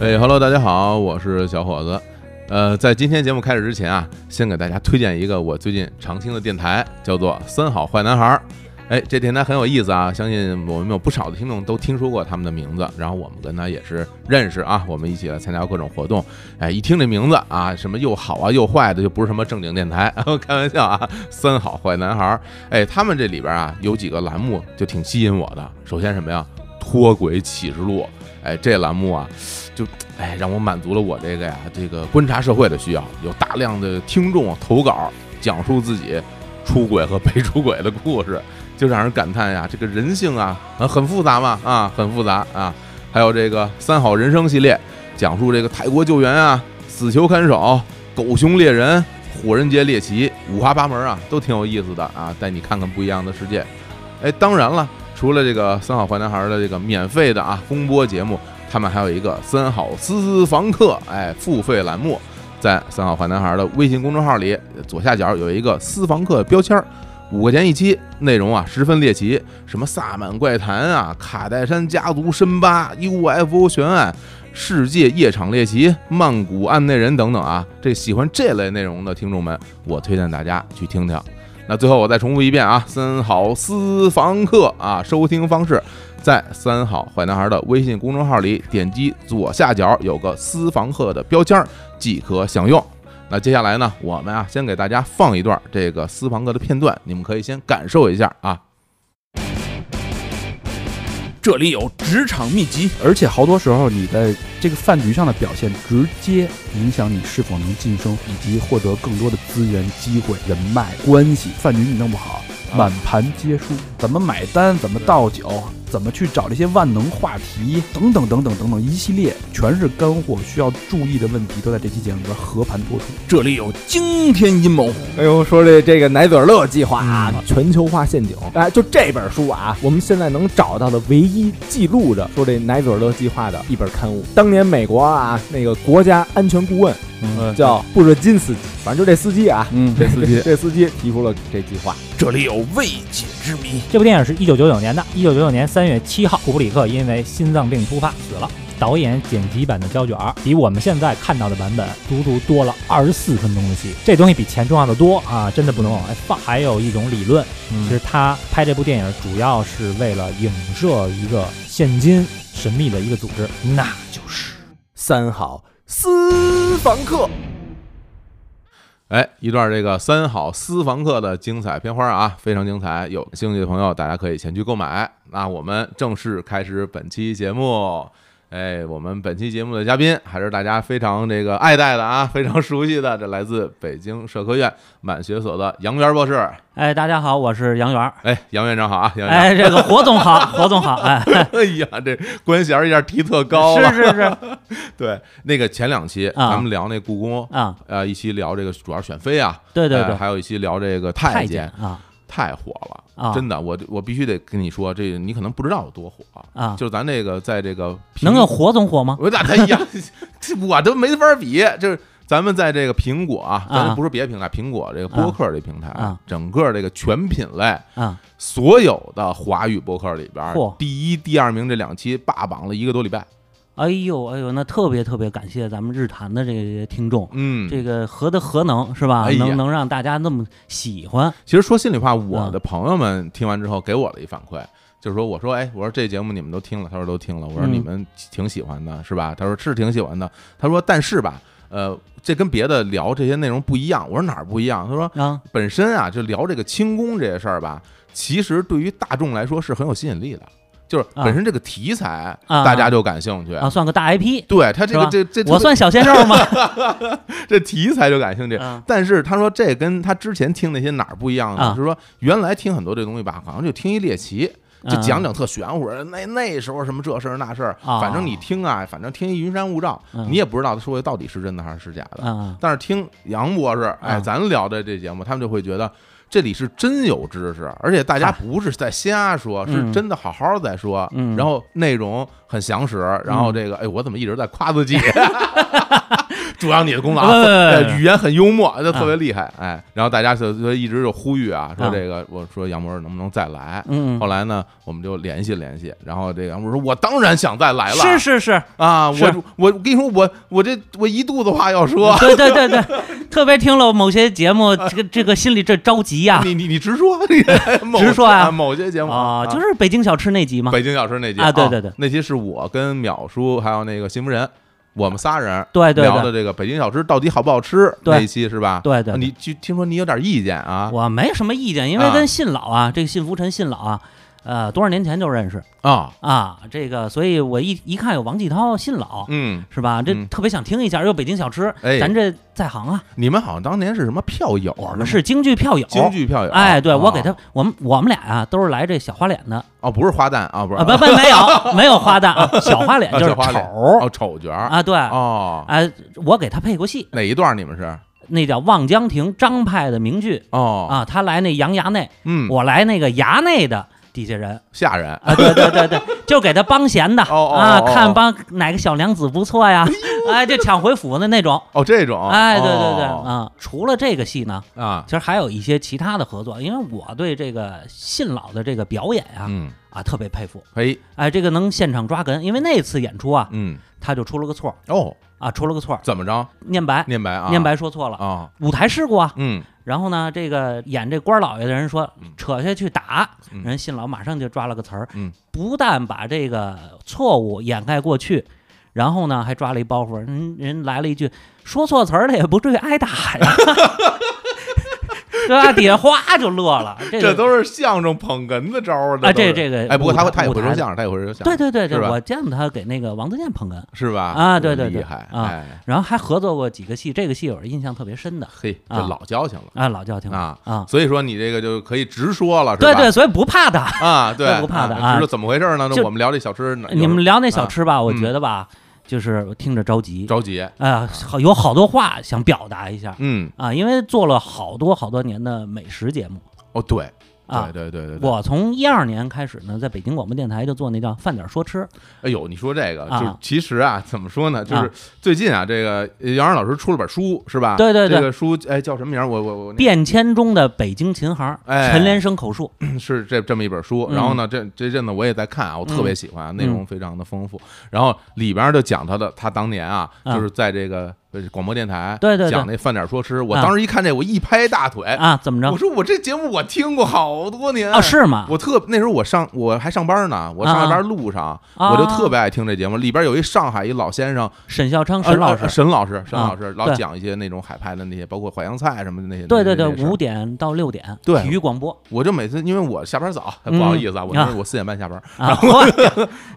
哎，Hello，大家好，我是小伙子。呃，在今天节目开始之前啊，先给大家推荐一个我最近常听的电台，叫做《三好坏男孩》。哎，这电台很有意思啊，相信我们有不少的听众都听说过他们的名字，然后我们跟他也是认识啊，我们一起来参加各种活动。哎，一听这名字啊，什么又好啊又坏的，就不是什么正经电台， 开玩笑啊，三好坏男孩。哎，他们这里边啊有几个栏目就挺吸引我的，首先什么呀，脱轨启示录。哎，这栏目啊，就哎让我满足了我这个呀这个观察社会的需要，有大量的听众投稿，讲述自己出轨和被出轨的故事，就让人感叹呀，这个人性啊啊很复杂嘛啊很复杂啊。还有这个三好人生系列，讲述这个泰国救援啊、死囚看守、狗熊猎人、火人节猎奇，五花八门啊，都挺有意思的啊，带你看看不一样的世界。哎，当然了，除了这个《三好坏男孩》的这个免费的啊公播节目，他们还有一个“三好私房课”哎付费栏目，在《三好坏男孩》的微信公众号里左下角有一个私房课标签儿。五块钱一期，内容啊十分猎奇，什么萨满怪谈啊、卡戴珊家族深扒、UFO 悬案、世界夜场猎奇、曼谷案内人等等啊。这喜欢这类内容的听众们，我推荐大家去听听。那最后我再重复一遍啊，三好私房课啊，收听方式在三好坏男孩的微信公众号里点击左下角有个私房课的标签儿即可享用。那接下来呢，我们啊先给大家放一段这个私房课的片段，你们可以先感受一下啊。这里有职场秘籍，而且好多时候，你在这个饭局上的表现，直接影响你是否能晋升，以及获得更多的资源、机会、人脉、关系。饭局你弄不好，满盘皆输。怎么买单？怎么倒酒？怎么去找这些万能话题？等等等等等等，一系列全是干货，需要注意的问题都在这期节目里边和盘托出。这里有惊天阴谋，哎呦，说这这个奶嘴乐计划啊，嗯全球化陷阱，哎，就这本书啊，我们现在能找到的唯一记录着说这奶嘴乐计划的一本刊物。当年美国啊，那个国家安全顾问嗯叫布热津斯基，反正就这司机啊，嗯，这司机这司机提出了这计划。这里有未解之谜，这部电影是一九九九年的，一九九九年三月七号，库布里克因为心脏病突发死了。导演剪辑版的胶卷儿比我们现在看到的版本足足多了二十四分钟的戏，这东西比钱重要的多啊！真的不能往外放。还有一种理论，其实他拍这部电影主要是为了影射一个现今神秘的一个组织，那就是三好私房课，哎，一段这个三好私房课的精彩片花啊，非常精彩，有兴趣的朋友大家可以前去购买。那我们正式开始本期节目。哎，我们本期节目的嘉宾还是大家非常这个爱戴的啊，非常熟悉的，这来自北京社科院满学所的杨元博士。哎，大家好，我是杨元儿。哎，杨院长好啊，杨院长。 哎，这个火总好，火总好。哎，哎呀，这关系儿一下提特高了。是是是对，那个前两期啊咱们聊那故宫，啊，呃，一期聊这个主要选妃啊，对对呃对，还有一期聊这个太太监监，啊太火了，啊真的，我我必须得跟你说，这你可能不知道有多火，啊，就是咱这个在这个苹能有火总火吗？ 嗯我咋哎呀，这我都没法比，就是。咱们在这个苹果啊，咱们不是别的平台，苹果这个播客这平台，啊整个这个全品类，啊，所有的华语播客里边儿嚯，第一、第二名这两期霸榜了一个多礼拜。哎呦哎呦，那特别特别感谢咱们日坛的这些听众，嗯，这个何德何能是吧？哎呀能能让大家那么喜欢其实说心里话，我嗯的朋友们听完之后给我的一反馈，就是说，我说，哎，我说这节目你们都听了，他说都听了，我说嗯你们挺喜欢的，是吧？他说是挺喜欢的，他说但是吧，呃，这跟别的聊这些内容不一样。我说哪儿不一样？他说啊本身啊，就聊这个清宫这些事儿吧，其实对于大众来说是很有吸引力的，就是啊本身这个题材、啊大家就感兴趣。啊，算个大 IP。对他这个是吧这这我算小鲜肉吗？ 这题材就感兴趣，啊但是他说这跟他之前听那些哪儿不一样呢？啊就是说原来听很多这东西吧，好像就听一猎奇，嗯就讲讲特玄乎儿，那那时候什么这事儿那事儿，啊反正你听啊，反正听一云山雾罩，嗯你也不知道他说的到底是真的还是是假的。啊但是听杨博士，哎，啊咱聊的这节目，他们就会觉得这里是真有知识，而且大家嗨不是在瞎说，嗯是真的好好在说，嗯 然后内容很详实，然后这个，哎，我怎么一直在夸自己？主要你的功劳。呃哎，语言很幽默，就特别厉害，哎，然后大家就就一直就呼吁啊，说啊这个，我说杨博士能不能再来？嗯，后来呢，我们就联系联系，然后这个杨博士说，我当然想再来了，是是是， 啊，是我我跟你说，我我这我一肚子话要说，对对对对，特别听了某些节目，这个这个心里这着急呀你你你直说， 你啊直说啊啊，某些节目啊，就是北京小吃那集嘛，北京小吃那集啊对对对那集是我跟淼叔还有那个邢夫人，我们仨人对对聊对的这个北京小吃到底好不好吃对那一期是吧？啊对对，对你就听说你有点意见啊我没什么意见，因为啊跟信老啊，这个信福臣信老啊，呃，多少年前就认识啊，啊，这个，所以我一一看有王继涛、信老，嗯，是吧？这嗯特别想听一下，又北京小吃，哎咱这在行啊，你们好像当年是什么票友？啊我们是京剧票友。京剧票友，哎，对，哦我给他，我们我们俩啊，都是来这小花脸的哦，不是花旦啊，不是啊，不不没有没有花旦 啊，小花脸啊就是小花丑脸哦，丑角儿啊，对，哦，哎，我给他配过戏，哪一段你们是？那叫《望江亭》张派的名剧哦，啊，他来那杨衙内，嗯，我来那个衙内的底下人，吓人， 啊，对对对对，就给他帮闲的哦哦啊，哦哦看帮哪个小娘子不错呀，哎，就抢回府的那种。哦，这种，哎，对对对，哦啊，除了这个戏呢，啊，其实还有一些其他的合作，因为我对这个信老的这个表演啊嗯，啊特别佩服，嘿，哎，这个能现场抓哏，因为那次演出啊，嗯，他就出了个错儿哦，啊，出了个错儿，怎么着？念白念白啊，念白说错了，啊，舞台事故啊，嗯，然后呢，这个演这官老爷的人说嗯扯下去打，嗯人信老马上就抓了个词儿，嗯不但把这个错误掩盖过去，然后呢还抓了一包袱，人人来了一句说错词儿了也不至于挨打呀， 对吧？底下哗就乐了，这这个都是相声捧哏的招儿啊，都这是这个哎，不过他舞会台他也会舞说台相声，他也会说相声，对对对对，是吧我见过他给那个王自健捧哏，是吧？嗯啊对对对厉害啊哎，然后还合作过几个戏，这个戏我是印象特别深的嘿，这啊老交情了啊，老教廷啊。啊，所以说你这个就可以直说了，是吧？对对，所以不怕的。啊，对，那不怕的啊直说怎么回事呢？那就我们聊这小吃哪，你们聊那小吃吧，我嗯觉得吧，就是听着着急，着急，呃，好有好多话想表达一下啊嗯，啊，因为做了好多好多年的美食节目哦，对，啊对。对对对对，我从一二年开始呢，在北京广播电台就做那叫“饭点说吃哎呦，你说这个，啊就是其实啊， 怎么说呢？就是啊最近啊，这个呃杨洋老师出了本书，是吧？对对对这个书哎叫什么名儿？我我我”，那变迁中的北京琴行，哎陈连生口述，是这这么一本书。嗯然后呢，这这阵子我也在看啊，我特别喜欢啊，内容非常的丰富。然后里边就讲他的他当年啊，啊就是在这个呃广播电台对对对讲那饭点说吃，我啊当时一看这，我一拍大腿，啊，怎么哎我着说我这节目我听过好多年啊？。是吗？我特那时候我上我还上班呢，我上下班路上、啊我就特别爱听这节目。里边有一上海一老先生，沈孝昌啊嗯沈老啊师，嗯沈老师，沈老师老对讲一些那种海派的那些，包括淮扬菜什么的那些。对对对，那些事儿五点到六点，对体育广播我就每次因为我下班早，嗯不好意思啊，我那时啊候我四点半下班，啊，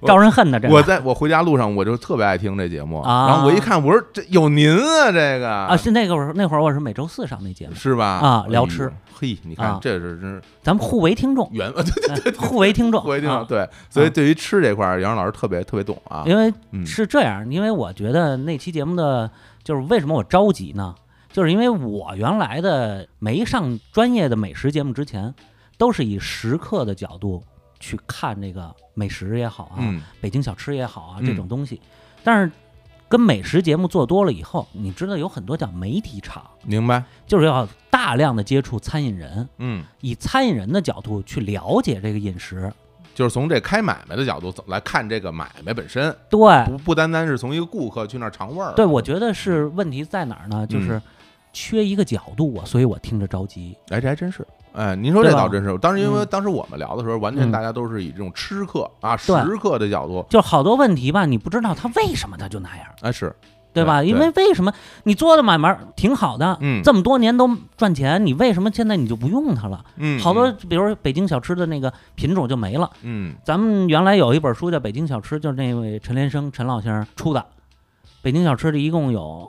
招人恨的这个我在我回家路上我就特别爱听这节目，啊然后我一看，我说这有您啊，这个啊，是那个我那会儿我是每周四上那节目，是吧？啊聊吃哎呦，嘿，你看啊这是真是咱们互为听众，缘，对对，哎互为听众，我一定啊要对，所以对于吃这块儿，杨老师特别特别懂啊，因为嗯是这样，因为我觉得那期节目的，就是为什么我着急呢？就是因为我原来的没上专业的美食节目之前，都是以食客的角度去看这个美食也好啊，嗯北京小吃也好啊嗯这种东西。但是跟美食节目做多了以后，你知道有很多叫媒体场，明白，就是要大量的接触餐饮人，嗯，以餐饮人的角度去了解这个饮食。就是从这开买卖的角度走来看这个买卖本身，对，不不单单是从一个顾客去那儿尝味儿，哎对，我觉得是问题在哪儿呢？嗯就是缺一个角度啊，所以我听着着急。哎，这还真是。哎，您说这对吧倒真是。当时因为嗯当时我们聊的时候，完全嗯大家都是以这种吃客啊、食对客的角度，就好多问题吧，你不知道他为什么他就那样，哎是，对吧？对因为为什么你做的买卖儿挺好的，嗯这么多年都赚钱，你为什么现在你就不用它了？嗯，好多，比如说北京小吃的那个品种就没了。嗯，咱们原来有一本书叫《北京小吃》，就是那位陈连生陈老先生出的，《北京小吃》里一共有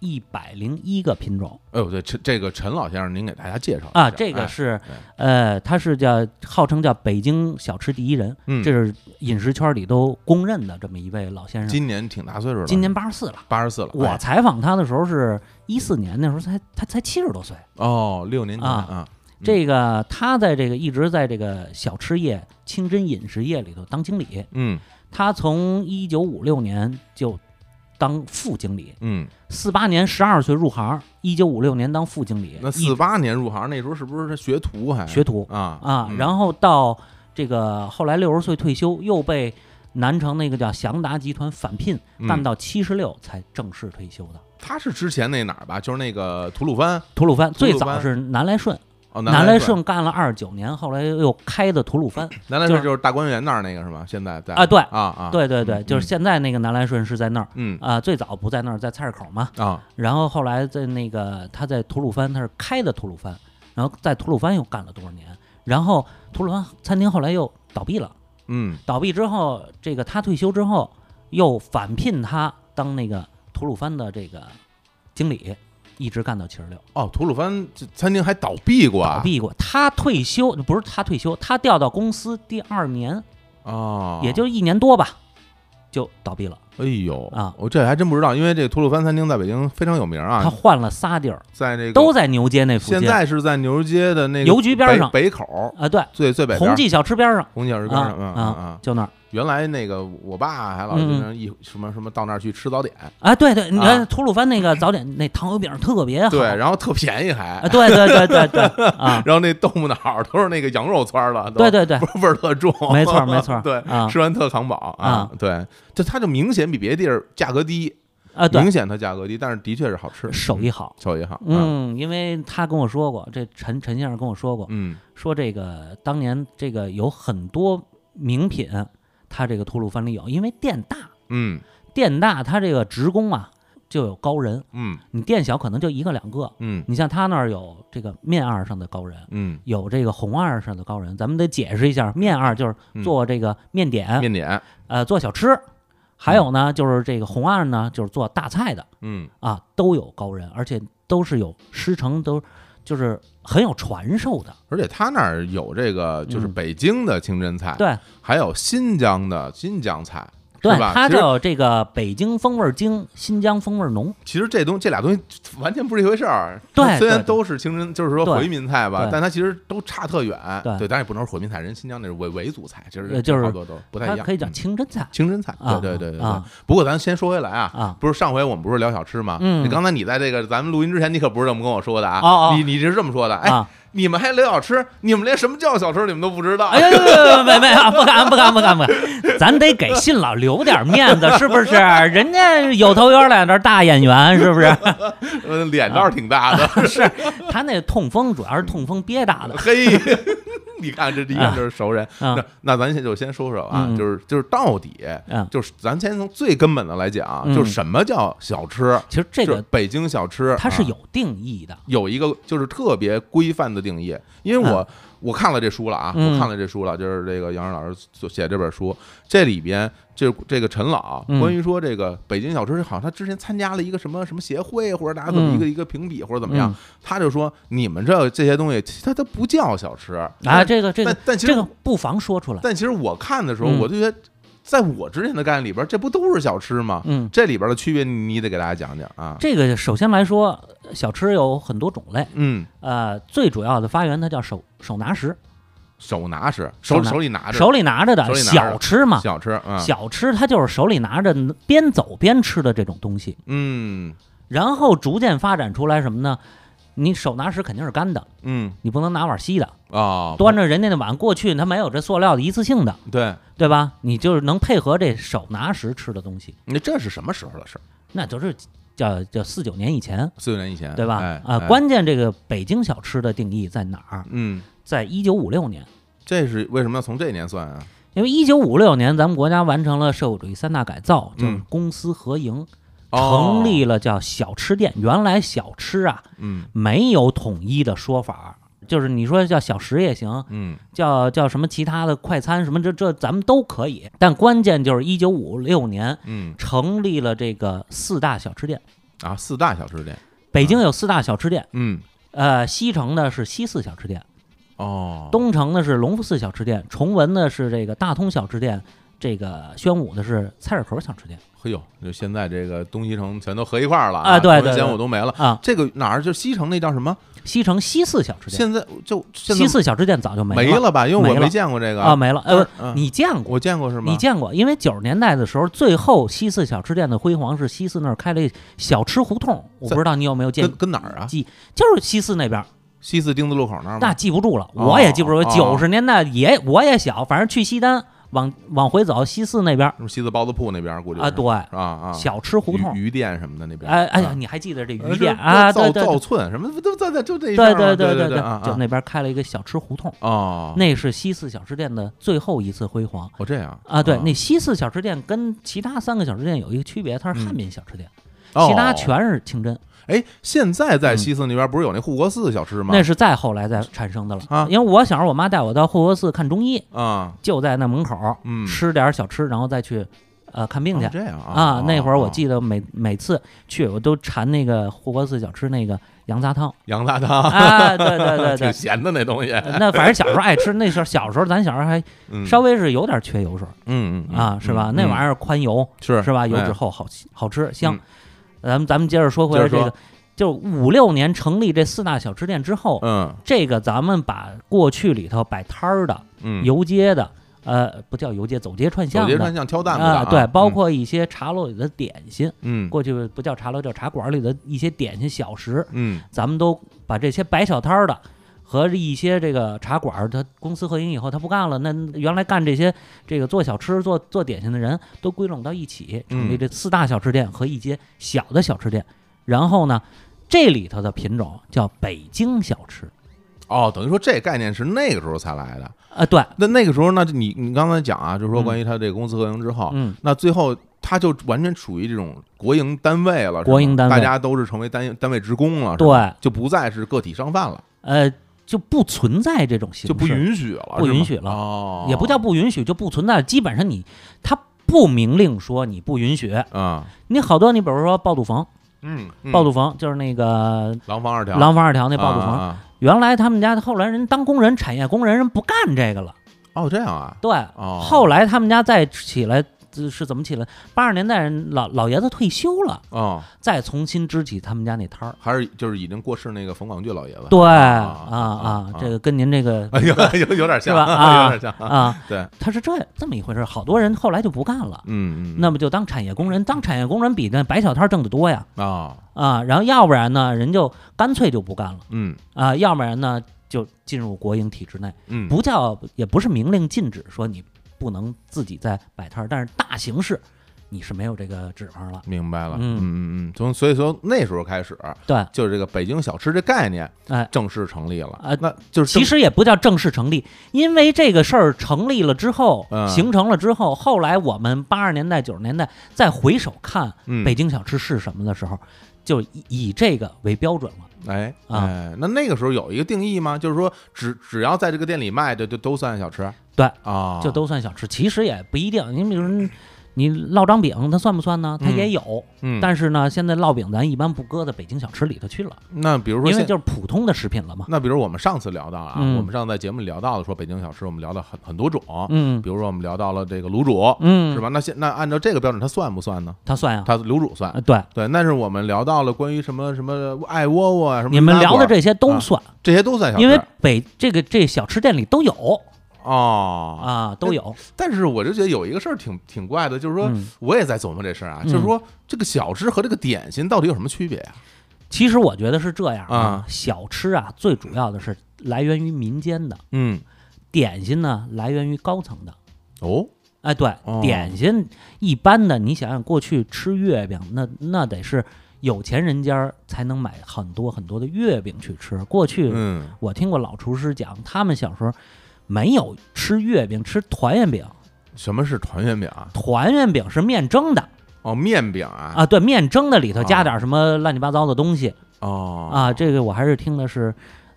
一百零一个品种。哎呦，对，陈这个陈老先生，您给大家介绍一啊，下这个哎是对，呃，他是叫号称叫北京小吃第一人，嗯这是饮食圈里都公认的这么一位老先生。今年挺大岁数了，今年八十四了，八十四了，我哎采访他的时候是一四年，那时候才他才七十多岁。哦，六年前啊啊，嗯这个他在这个一直在这个小吃业、清真饮食业里头当经理。嗯，他从一九五六年就当副经理，嗯，四八年十二岁入行，一九五六年当副经理，那一四八年入行那时候是不是学徒还学徒啊啊，嗯然后到这个后来六十岁退休，又被南城那个叫祥达集团返聘，嗯干到七十六才正式退休的。他是之前那哪儿吧，就是那个吐鲁番吐鲁番吐鲁番最早是南来顺，哦，南来顺，顺干了二十九年，后来又开的吐鲁番。南来顺就是就是大观园那儿那个是吗？现在在啊对啊啊，对对对，嗯就是现在那个南来顺是在那儿嗯啊、最早不在那儿，在菜市口嘛。啊，然后后来在那个他在吐鲁番，他是开的吐鲁番，然后在吐鲁番又干了多少年，然后吐鲁番餐厅后来又倒闭了，嗯倒闭之后，这个他退休之后又返聘他当那个吐鲁番的这个经理，一直干到七十六，哦，吐鲁番这餐厅还倒闭过啊，倒闭过。他退休不是他退休，他调到公司第二年，哦，也就一年多吧，就倒闭了。哎呦啊我这还真不知道，因为这个吐鲁番餐厅在北京非常有名他啊，换了仨地儿，在这个都在牛街那附近，现在是在牛街的那个邮局边北上北口啊，对，最最北边红记小吃边上红记二十边啊上，嗯嗯啊嗯嗯，就那儿原来那个我爸还老经常一什么什么到那儿去吃早 点，啊，对对，你啊看吐鲁番那个早点那糖油饼特别好，对，然后特便宜还啊，，对对对对对 啊，然后那豆腐脑儿都是那个羊肉串儿了，都对对对， 味儿特重，没错没错 对，啊吃完特扛饱啊啊，对，就它就明显比别的地儿价格低，啊，对明，显它价格低，但是的确是好吃，手艺好。手艺好，啊嗯，因为他跟我说过，这陈陈先生跟我说过，嗯说这个当年这个有很多名品，他这个吐鲁番里有，因为店大，嗯店大他这个职工啊就有高人，嗯你店小可能就一个两个，嗯你像他那儿有这个面二上的高人，嗯，有这个红二上的高人，咱们得解释一下，面二就是做这个面点，面点，呃，做小吃，还有呢就是这个红二呢就是做大菜的嗯啊，都有高人，而且都是有师承，都就是很有传授的。而且他那儿有这个就是嗯北京的清真菜，对还有新疆的新疆菜，对是，吧它其实叫这个北京风味精，新疆风味浓。其实这东这俩东西完全不是一回事儿。对它虽然对对都是清真，就是说对回民菜吧，对但它其实都差特远。对对，咱也不能说回民菜，人新疆那是维维族菜，其实呃就是好多都不太它一样。可以叫嗯清真菜清真菜，啊，对对对对对啊。不过咱先说回来啊，啊，不是上回我们不是聊小吃吗？嗯你刚才你在这个咱们录音之前，你可不是这么跟我说的啊。哦哦你你是这么说的，哎，啊你们还聊小吃，你们连什么叫小吃你们都不知道。哎呦，没没啊，不敢不敢不敢不敢，咱得给信老留点面子，是不是？人家有头有脸的大演员，是不是？ 呃脸倒是挺大的，啊是他那痛风主要是痛风憋大的嘿， 你看这一看就是熟人。啊那那咱先就先说说啊，嗯就是就是到底嗯就是咱先从最根本的来讲，啊嗯就是什么叫小吃？其实这就是个北京小吃，它是啊有定义的，有一个就是特别规范的定义，因为我、我看了这书了啊，嗯我看了这书了，就是这个杨老师所写这本书，这里边这这个陈老嗯关于说这个北京小吃，好像他之前参加了一个什么什么协会，或者大家怎么嗯一个一个评比或者怎么样，他就说你们这这些东西，它它不叫小吃啊？但这个这个但但其实这个不妨说出来，但其实我看的时候，嗯我就觉得在我之前的概念里边，这不都是小吃吗？嗯。这里边的区别你得给大家讲讲啊，这个首先来说，小吃有很多种类，嗯。呃，最主要的发源它叫手手拿食，手拿是手手拿手里拿着手里拿着的手里拿着小吃嘛，小吃啊，小吃它就是手里拿着边走边吃的这种东西，嗯然后逐渐发展出来什么呢？你手拿食肯定是干的，嗯你不能拿碗吸的，啊，端着人家的碗过去，它没有这塑料的一次性的，对，对吧？你就是能配合这手拿食吃的东西，那这是什么时候的事儿？那就是叫叫四九年以前，四九年以前，对吧？哎啊、哎关键这个北京小吃的定义在哪儿？嗯，在一九五六年，这是为什么要从这一年算啊？因为一九五六年咱们国家完成了社会主义三大改造，嗯就是公私合营，哦成立了叫小吃店。原来小吃啊嗯没有统一的说法。就是你说叫小食也行，嗯叫叫什么其他的快餐什么这这咱们都可以，但关键就是一九五六年嗯成立了这个四大小吃店，啊，四大小吃店，北京有四大小吃店，嗯呃，西城呢是西四小吃店，哦，东城呢是隆福寺小吃店，崇文呢是这个大通小吃店，这个宣武的是菜市口小吃店嘿呦，就现在这个东西城全都合一块儿了啊对东西对对咸我都没了。啊，这个哪儿就西城那叫什么？西城西四小吃店，现在就现在西四小吃店早就没了了吧？因为我没了没见过这个啊，没了。但呃是，嗯你见过？我见过是吗？你见过？因为九十年代的时候，最后西四小吃店的辉煌是西四那儿开了一小吃胡同，我不知道你有没有见跟，跟哪儿啊？就是西四那边儿，西四丁字路口那儿那吗？记不住了，哦我也记不住。哦九十年代也我也小，反正去西单往往回走，西四那边儿是不是西四包子铺那边儿估计啊，是对，啊啊，小吃胡同。鱼鱼店什么的那边儿。哎哎呀，啊，你还记得这呃鱼是店那啊？对造对造对寸什么的都在在就这一对片儿嘛对对对啊啊就那边开了一个小吃胡同，哦，那是西四小吃店的最后一次辉煌。哦这样啊，对，那西四小吃店跟其他三个小吃店有一个区别，它是汉民小吃店，嗯哦其他全是清真，哎，现在在嗯西四那边不是有那护国寺小吃吗？那是再后来再产生的了。啊因为我小时候我妈带我到护国寺看中医，啊，就在那门口儿嗯，吃点儿小吃，然后再去呃看病去哦。这样啊啊，那会儿我哦记得每每次去，我都馋那个护国寺小吃那个羊 杂汤羊杂汤，啊，对对对 挺对，咸的那东西，呃那反正小时候爱吃，那时候小时候咱小时候还嗯稍微是有点缺油水儿嗯嗯啊，是吧？那玩意儿儿宽油，是是吧？油哎脂厚，好吃好吃香嗯。咱们咱们接着说回来接这着说个，就五六年成立这四大小吃店之后，嗯这个咱们把过去里头摆摊儿的、嗯，游街的，呃，不叫游街，走街串巷走街串的。巷挑担子的啊，对，包括一些茶楼里的点心，嗯过去不叫茶楼，叫茶馆里的一些点心小食，嗯咱们都把这些摆小摊儿的和一些这个茶馆儿，他公私合营以后他不干了，那原来干这些这个做小吃、做做点心的人都归拢到一起，嗯成立这四大小吃店和一些小的小吃店。然后呢，这里头的品种叫北京小吃哦，等于说这概念是那个时候才来的。啊、对，那那个时候，那就你你刚才讲啊，就是说嗯关于他这个公私合营之后，嗯，那最后他就完全属于这种国营单位了，是吗国营单位大家都是成为单单位职工哦了，是吧，对，就不再是个体商贩了，呃，就不存在这种形式，就不允许了，不是吗允许了哦，也不叫不允许，就不存在。基本上你他不明令说你不允许，啊，你好多你比如说爆肚房，嗯，嗯爆肚房就是那个廊坊二条，廊坊二条那那爆肚房，房，啊原来他们家后来人当工人，产业工人人不干这个了，哦，这样啊，对，哦，后来他们家再起来。呃是怎么起来？八十年代人老老爷子退休了，哦，再重新支起他们家那摊儿。还是就是已经过世那个冯广俊老爷子，对啊啊啊啊，这个跟您 这个哎呦，有有点像，是吧啊有点像，啊，对，他是这这么一回事儿。好多人后来就不干了，嗯嗯，那么就当产业工人，当产业工人比那摆小摊儿挣得多呀啊，啊。然后要不然呢，人就干脆就不干了嗯啊，要不然呢就进入国营体制内。嗯，不叫也不是明令禁止说你不能自己在摆摊儿，但是大形式你是没有这个指望了。明白了，嗯嗯嗯嗯，从所以说那时候开始，对，就是这个北京小吃这概念，哎正式成立了啊那就是其正实也不叫正式成立，因为这个事儿成立了之后，嗯形成了之后，后来我们八十年代九十年代再回首看嗯北京小吃是什么的时候，就以以这个为标准了。哎啊哎，那那个时候有一个定义吗？就是说只只要在这个店里卖的，就都算小吃。对啊，就都算小吃，其实也不一定。你比如说你烙张饼，它算不算呢？它嗯也有，嗯，但是呢，现在烙饼咱一般不搁到北京小吃里头去了，那比如说因为现就是普通的食品了嘛。那比如我们上次聊到啊，嗯我们上次在节目里聊到了说北京小吃，我们聊到很很多种，嗯比如说我们聊到了这个卤煮，嗯，是？吧？那现那按照这个标准，它算不算呢？它算呀，它卤煮算啊，。对，对，那是我们聊到了关于什么什么爱窝窝啊，什么你们拉聊管的这些都算，这些都算啊小吃，因为北这个这小吃店里都有哦啊，都有。但是我就觉得有一个事儿挺挺怪的，就是说嗯我也在琢磨这事儿啊，嗯就是说这个小吃和这个点心到底有什么区别啊？其实我觉得是这样啊小吃啊，最主要的是来源于民间的，嗯，点心呢来源于高层的。哦，哎，对哦，点心一般的，你想想过去吃月饼，那那得是有钱人家儿才能买很多很多的月饼去吃。过去嗯，我听过老厨师讲，他们小时候没有吃月饼，吃团圆饼。什么是团圆饼啊？团圆饼是面蒸的哦，面饼啊，啊，对，面蒸的里头啊加点什么乱七八糟的东西哦啊。这个我还是听的是，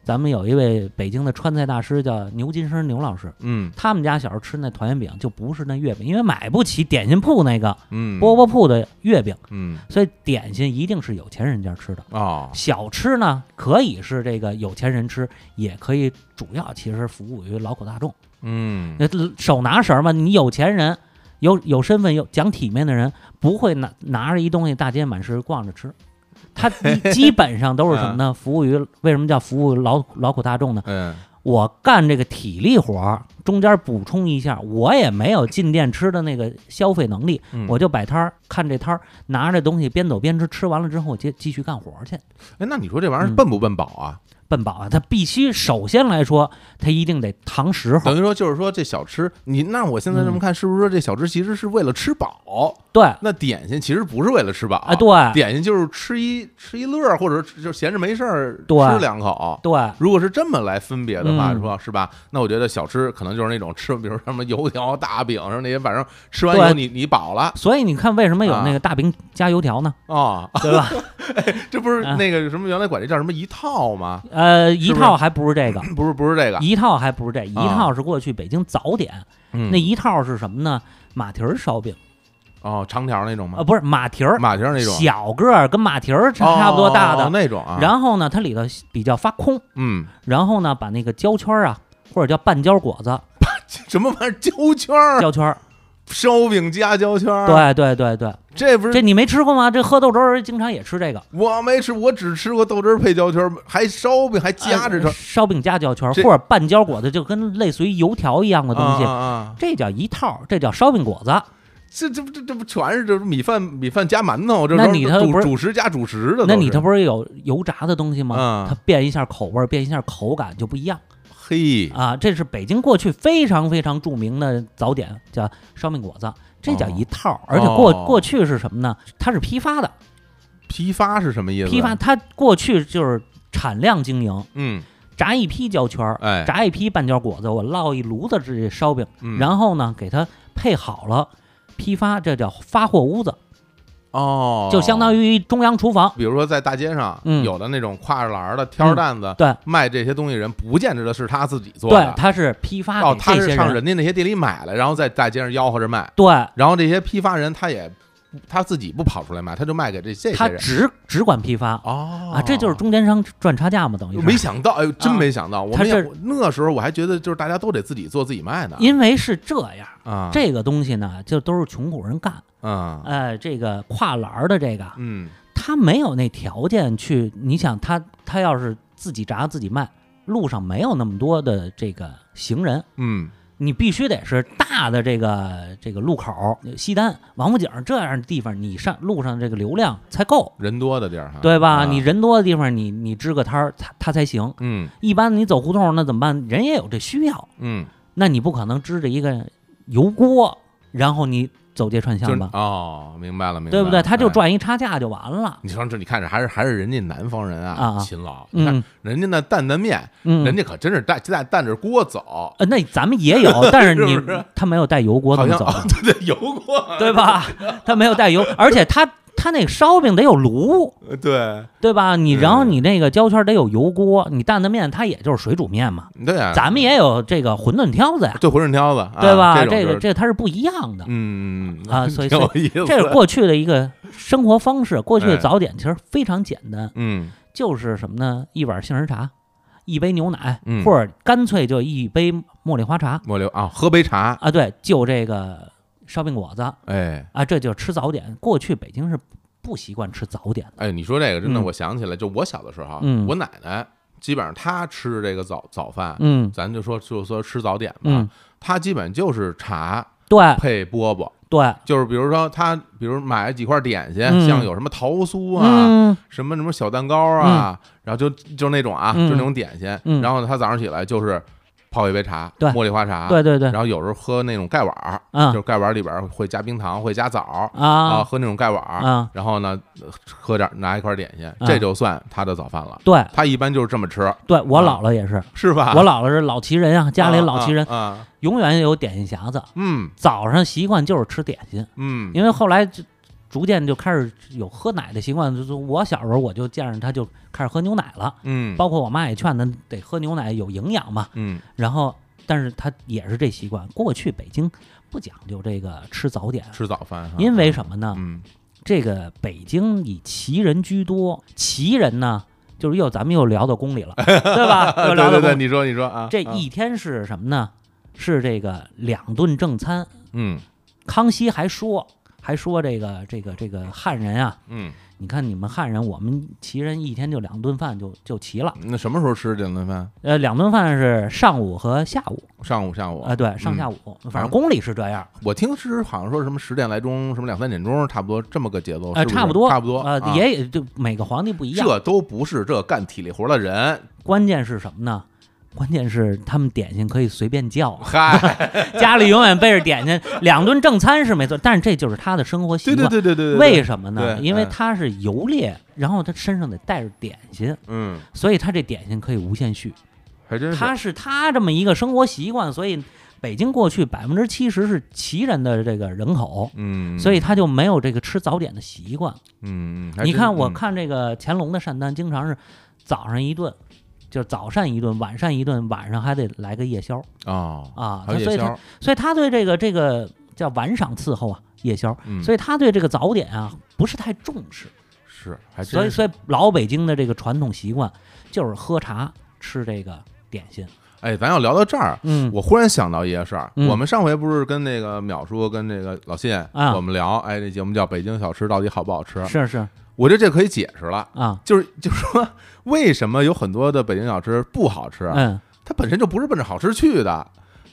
咱们有一位北京的川菜大师叫牛金生牛老师，嗯他们家小时候吃那团圆饼就不是那月饼，因为买不起点心铺那个嗯，饽饽铺的月饼，嗯所以点心一定是有钱人家吃的。哦，小吃呢，可以是这个有钱人吃，也可以主要其实服务于劳苦大众。嗯那手拿绳儿嘛，你有钱人，有有身份、有讲体面的人，不会拿拿着一东西大街满市逛着吃。他 基本上都是什么啊呢？服务于为什么叫服务劳劳苦大众呢？嗯，我干这个体力活儿，中间补充一下，我也没有进店吃的那个消费能力，嗯我就摆摊儿，看这摊儿，拿着东西边走边吃，吃完了之后我接继续干活儿去，哎，那你说这玩意儿嗯笨不笨饱啊？奔饱啊！他必须首先来说，他一定得堂食候，等于说就是说这小吃，你那我现在嗯这么看，是不是说这小吃其实是为了吃饱？对，那点心其实不是为了吃饱啊，对，点心就是吃一吃一乐儿，或者是就闲着没事儿对吃两口。对，如果是这么来分别的话，嗯说是吧？那我觉得小吃可能就是那种吃，比如什么油条、大饼什么那些，反正吃完以后对你你饱了所以你看为什么有那啊个大饼加油条呢？哦，对吧？ 这不是啊那个什么原来管这叫什么一套吗？呃，是一不是套还不如这个，不是不是这个，一套还不如这，一啊套是过去北京早点，嗯那一套是什么呢？马蹄儿烧饼哦长条那种啊、吗呃？不是马蹄儿，马蹄儿那种，小个儿跟马蹄儿差差不多大的。哦那种啊。然后呢，它里头比较发空，嗯， 然后呢，把那个焦圈儿啊，或者叫半焦果啊子、什么玩意儿胶圈儿，焦圈儿，烧饼加胶圈儿，，对对对对，这不这是你没吃过吗？这喝豆汁儿经常也吃这个，我没吃，我只吃过豆汁儿配胶圈儿，还烧饼还夹着吃呃烧饼加焦圈儿，这或者半焦果子，就跟类似于油条一样的东西，啊啊啊这叫一套，这叫烧饼果子。这这不这这不全是这米饭米饭加馒头，这那都是你他不主是主食加主食的都是，那你它不是有油炸的东西吗？啊它变一下口味儿，变一下口感就不一样嘿啊！这是北京过去非常非常著名的早点，叫烧饼果子，这叫一套儿。而且过哦过去是什么呢？它是批发的，批发是什么意思？批发，它过去就是产量经营，嗯炸一批焦圈儿，哎炸一批半焦果子，我烙一炉子这烧饼，嗯然后呢给它配好了。批发，这叫发货屋子，哦，就相当于于中央厨房。比如说在大街上嗯有的那种挎着篮儿的挑着担子对卖这些东西人，不见得是他自己做对的，，它是批发哦，给他这是些上人。人家那些店里买了，然后在大街上吆喝着卖，对，然后这些批发人他也他自己不跑出来卖，他就卖给这这些他人只只管批发哦啊，这就是中间商赚差价嘛，等于是没想到，哎呦，真啊没想到，我他们也是那时候我还觉得就是大家都得自己做自己卖呢，因为是这样，啊，这个东西呢，就都是穷苦人干。啊，哎，这个跨栏儿的这个，嗯，他没有那条件去，你想他他要是自己炸自己卖，路上没有那么多的这个行人。嗯，你必须得是大的这个这个路口，西单、王府井这样的地方，你上路上这个流量才够，人多的地儿哈，对吧？啊你，人多的地方，你你支个摊儿，它它才行。嗯一般你走胡同儿那怎么办？人也有这需要，嗯，那你不可能支着一个油锅，然后你走街串就是巷吧，哦，明白了，明白了，对不对？他就哎。赚一差价就完了。你说这，你看着还是还是人家南方人啊，啊勤劳。你看嗯人 家那担担面，嗯，人家可真是带带带着锅走，呃，那咱们也 有，但是你是不是他没有带油锅好怎么像走，啊， 对对，油锅，对吧？他没有带油，而且他他那个烧饼得有炉，呃 对 对吧？你嗯然后你那个焦圈得有油锅，你担担面它也就是水煮面嘛，对啊，咱们也有这个馄饨挑子呀，对馄饨挑子，啊对吧？这这种就个是这它是不一样的。嗯嗯啊所以挺有意思， 这是过去的一个生活方式，过去的哎早点其实非常简单，嗯就是什么呢？一碗杏仁茶，一杯牛奶，嗯或者干脆就一杯茉莉花茶末流啊，喝杯茶，啊。对，就这个烧饼果子哎。啊，这就吃早点。过去北京是不习惯吃早点的，哎，你说这个真的，嗯我想起来，就我小的时候啊，嗯我奶奶基本上她吃这个早早饭，嗯咱就说就说吃早点吧嗯，，她基本就是茶对配饽饽，对，就是比如说她比如买几块点心，嗯像有什么桃酥啊，嗯什么什么小蛋糕啊，然后就就那种啊，嗯就那种点心，嗯然后她早上起来就是泡一杯茶，对茉莉花茶，对对对啊然，后有时候喝那种盖碗儿，嗯就是盖碗里边儿会加冰糖，会加枣儿啊，啊喝那种盖碗儿，啊，然后呢，呃喝点儿拿一块儿点心，这就算他的早饭了。对他一般就是这么吃，对，我姥姥也是，是吧？我姥姥是老旗人啊，家里老旗人啊，啊，啊永远有点心匣子，嗯早上习惯就是吃点心。嗯，因为后来就逐渐就开始有喝奶的习惯，就是我小时候我就见着他就开始喝牛奶了，嗯包括我妈也劝他得喝牛奶有营养嘛。嗯然后，但是他也是这习惯。过去北京不讲究这个吃早点，吃早饭哈，因为什么呢？啊嗯这个北京以旗人居多，旗人呢就是又咱们又聊到 宫里了，对吧？啊，对又聊对到宫对，里。你说你说啊，这啊一天是什么呢？是这个两顿正餐，嗯康熙还说还说这个这个这个汉人啊，嗯，你看你们汉人，我们齐人一天就两顿饭就就齐了，那什么时候吃这顿饭？呃，两顿饭是上午和下午，上午下午啊、对，上下午。午，反正宫里是这样，我听是好像说什么十点来钟，什么两三点钟，差不多这么个节奏，呃，是不是差不多，差不多呃，啊也就每个皇帝不一样。这都不是这干体力活的人，，关键是什么呢？关键是他们点心可以随便叫啊 嗨，家里永远备着点心，两顿正餐是没错，但是这就是他的生活对习惯。对对对对，对为，什么呢？对因为嗯他是游猎，然后他身上得带着点心，嗯，所以他这点心可以无限续。还真是，他是他这么一个生活习惯，所以北京过去百分之七十是齐人的这个人口，嗯，所以他就没有这个吃早点的习惯。嗯，嗯，还你真看，我嗯看这个乾隆的膳单，经常是早上一顿，就是早膳一顿，晚膳一顿，晚上还得来个夜宵哦，啊。还他有所以夜他宵，所以他对这个这个叫晚赏伺候啊，夜宵，嗯，所以他对这个早点啊不是太重视。是，还所以真是，所以老北京的这个传统习惯就是喝茶吃这个点心。哎，咱要聊到这儿，嗯我忽然想到一个事儿，嗯我们上回不是跟那个淼叔跟那个老谢啊我们聊，哎，这节目叫《北京小吃到底好不好吃》，是是我觉得这可以解释了，啊，就是就是说为什么有很多的北京小吃不好吃，嗯啊它本身就不是奔着好吃去的，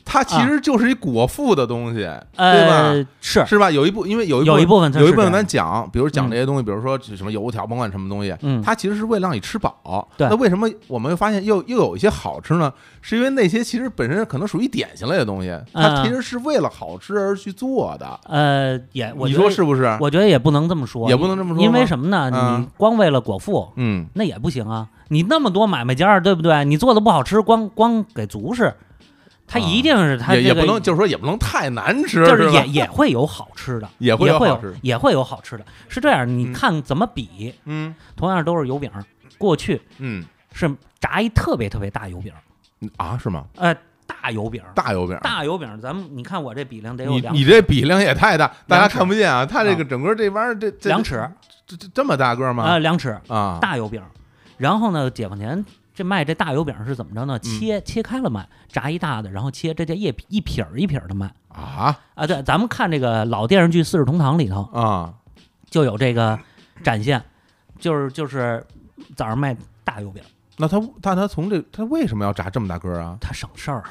它其实就是一果腹的东西，对吧？呃是是吧？有一部，因为有一有一部分它有一是部分这样咱讲，比如讲嗯这些东西，比如说什么油条，甭管什么东西，嗯它其实是为了让你吃饱。对那为什么我们又发现又又有一些好吃呢？是因为那些其实本身可能属于点心类的东西，它嗯其实是为了好吃而去做的。呃也我你觉得说是不是？我觉得也不能这么说，也不能这么说因为吗什么呢？嗯你光为了果腹。嗯，那也不行啊！你那么多买卖家儿，对不对？你做的不好吃，光光给足是，它啊一定是它、这也个也不能，就是说也不能太难吃，就是是吧也也会有好吃的，也会会有好有吃的也会有好吃的，是这样。你嗯看怎么比，嗯同样都是油饼儿，过去嗯是炸一特别特别大油饼儿，啊，是吗？呃，大油饼儿，大油饼，大油饼儿，咱们你看我这比量得有你两你这比量也太大，大家两尺看不见啊！它这啊个整个这玩意儿，这这两尺，这这这么大个儿吗呃，？两尺啊，大油饼儿。然后呢，解放前这卖这大油饼儿是怎么着嗯呢？切切开了卖，炸一大的，然后切，这叫一撇一撇儿一撇的卖。啊啊，对，咱们看这个老电视剧《四世同堂》里头啊，就有这个展现，就是就是早上卖大油饼儿，那他但他从这他为什么要炸这么大个儿啊？它省事儿，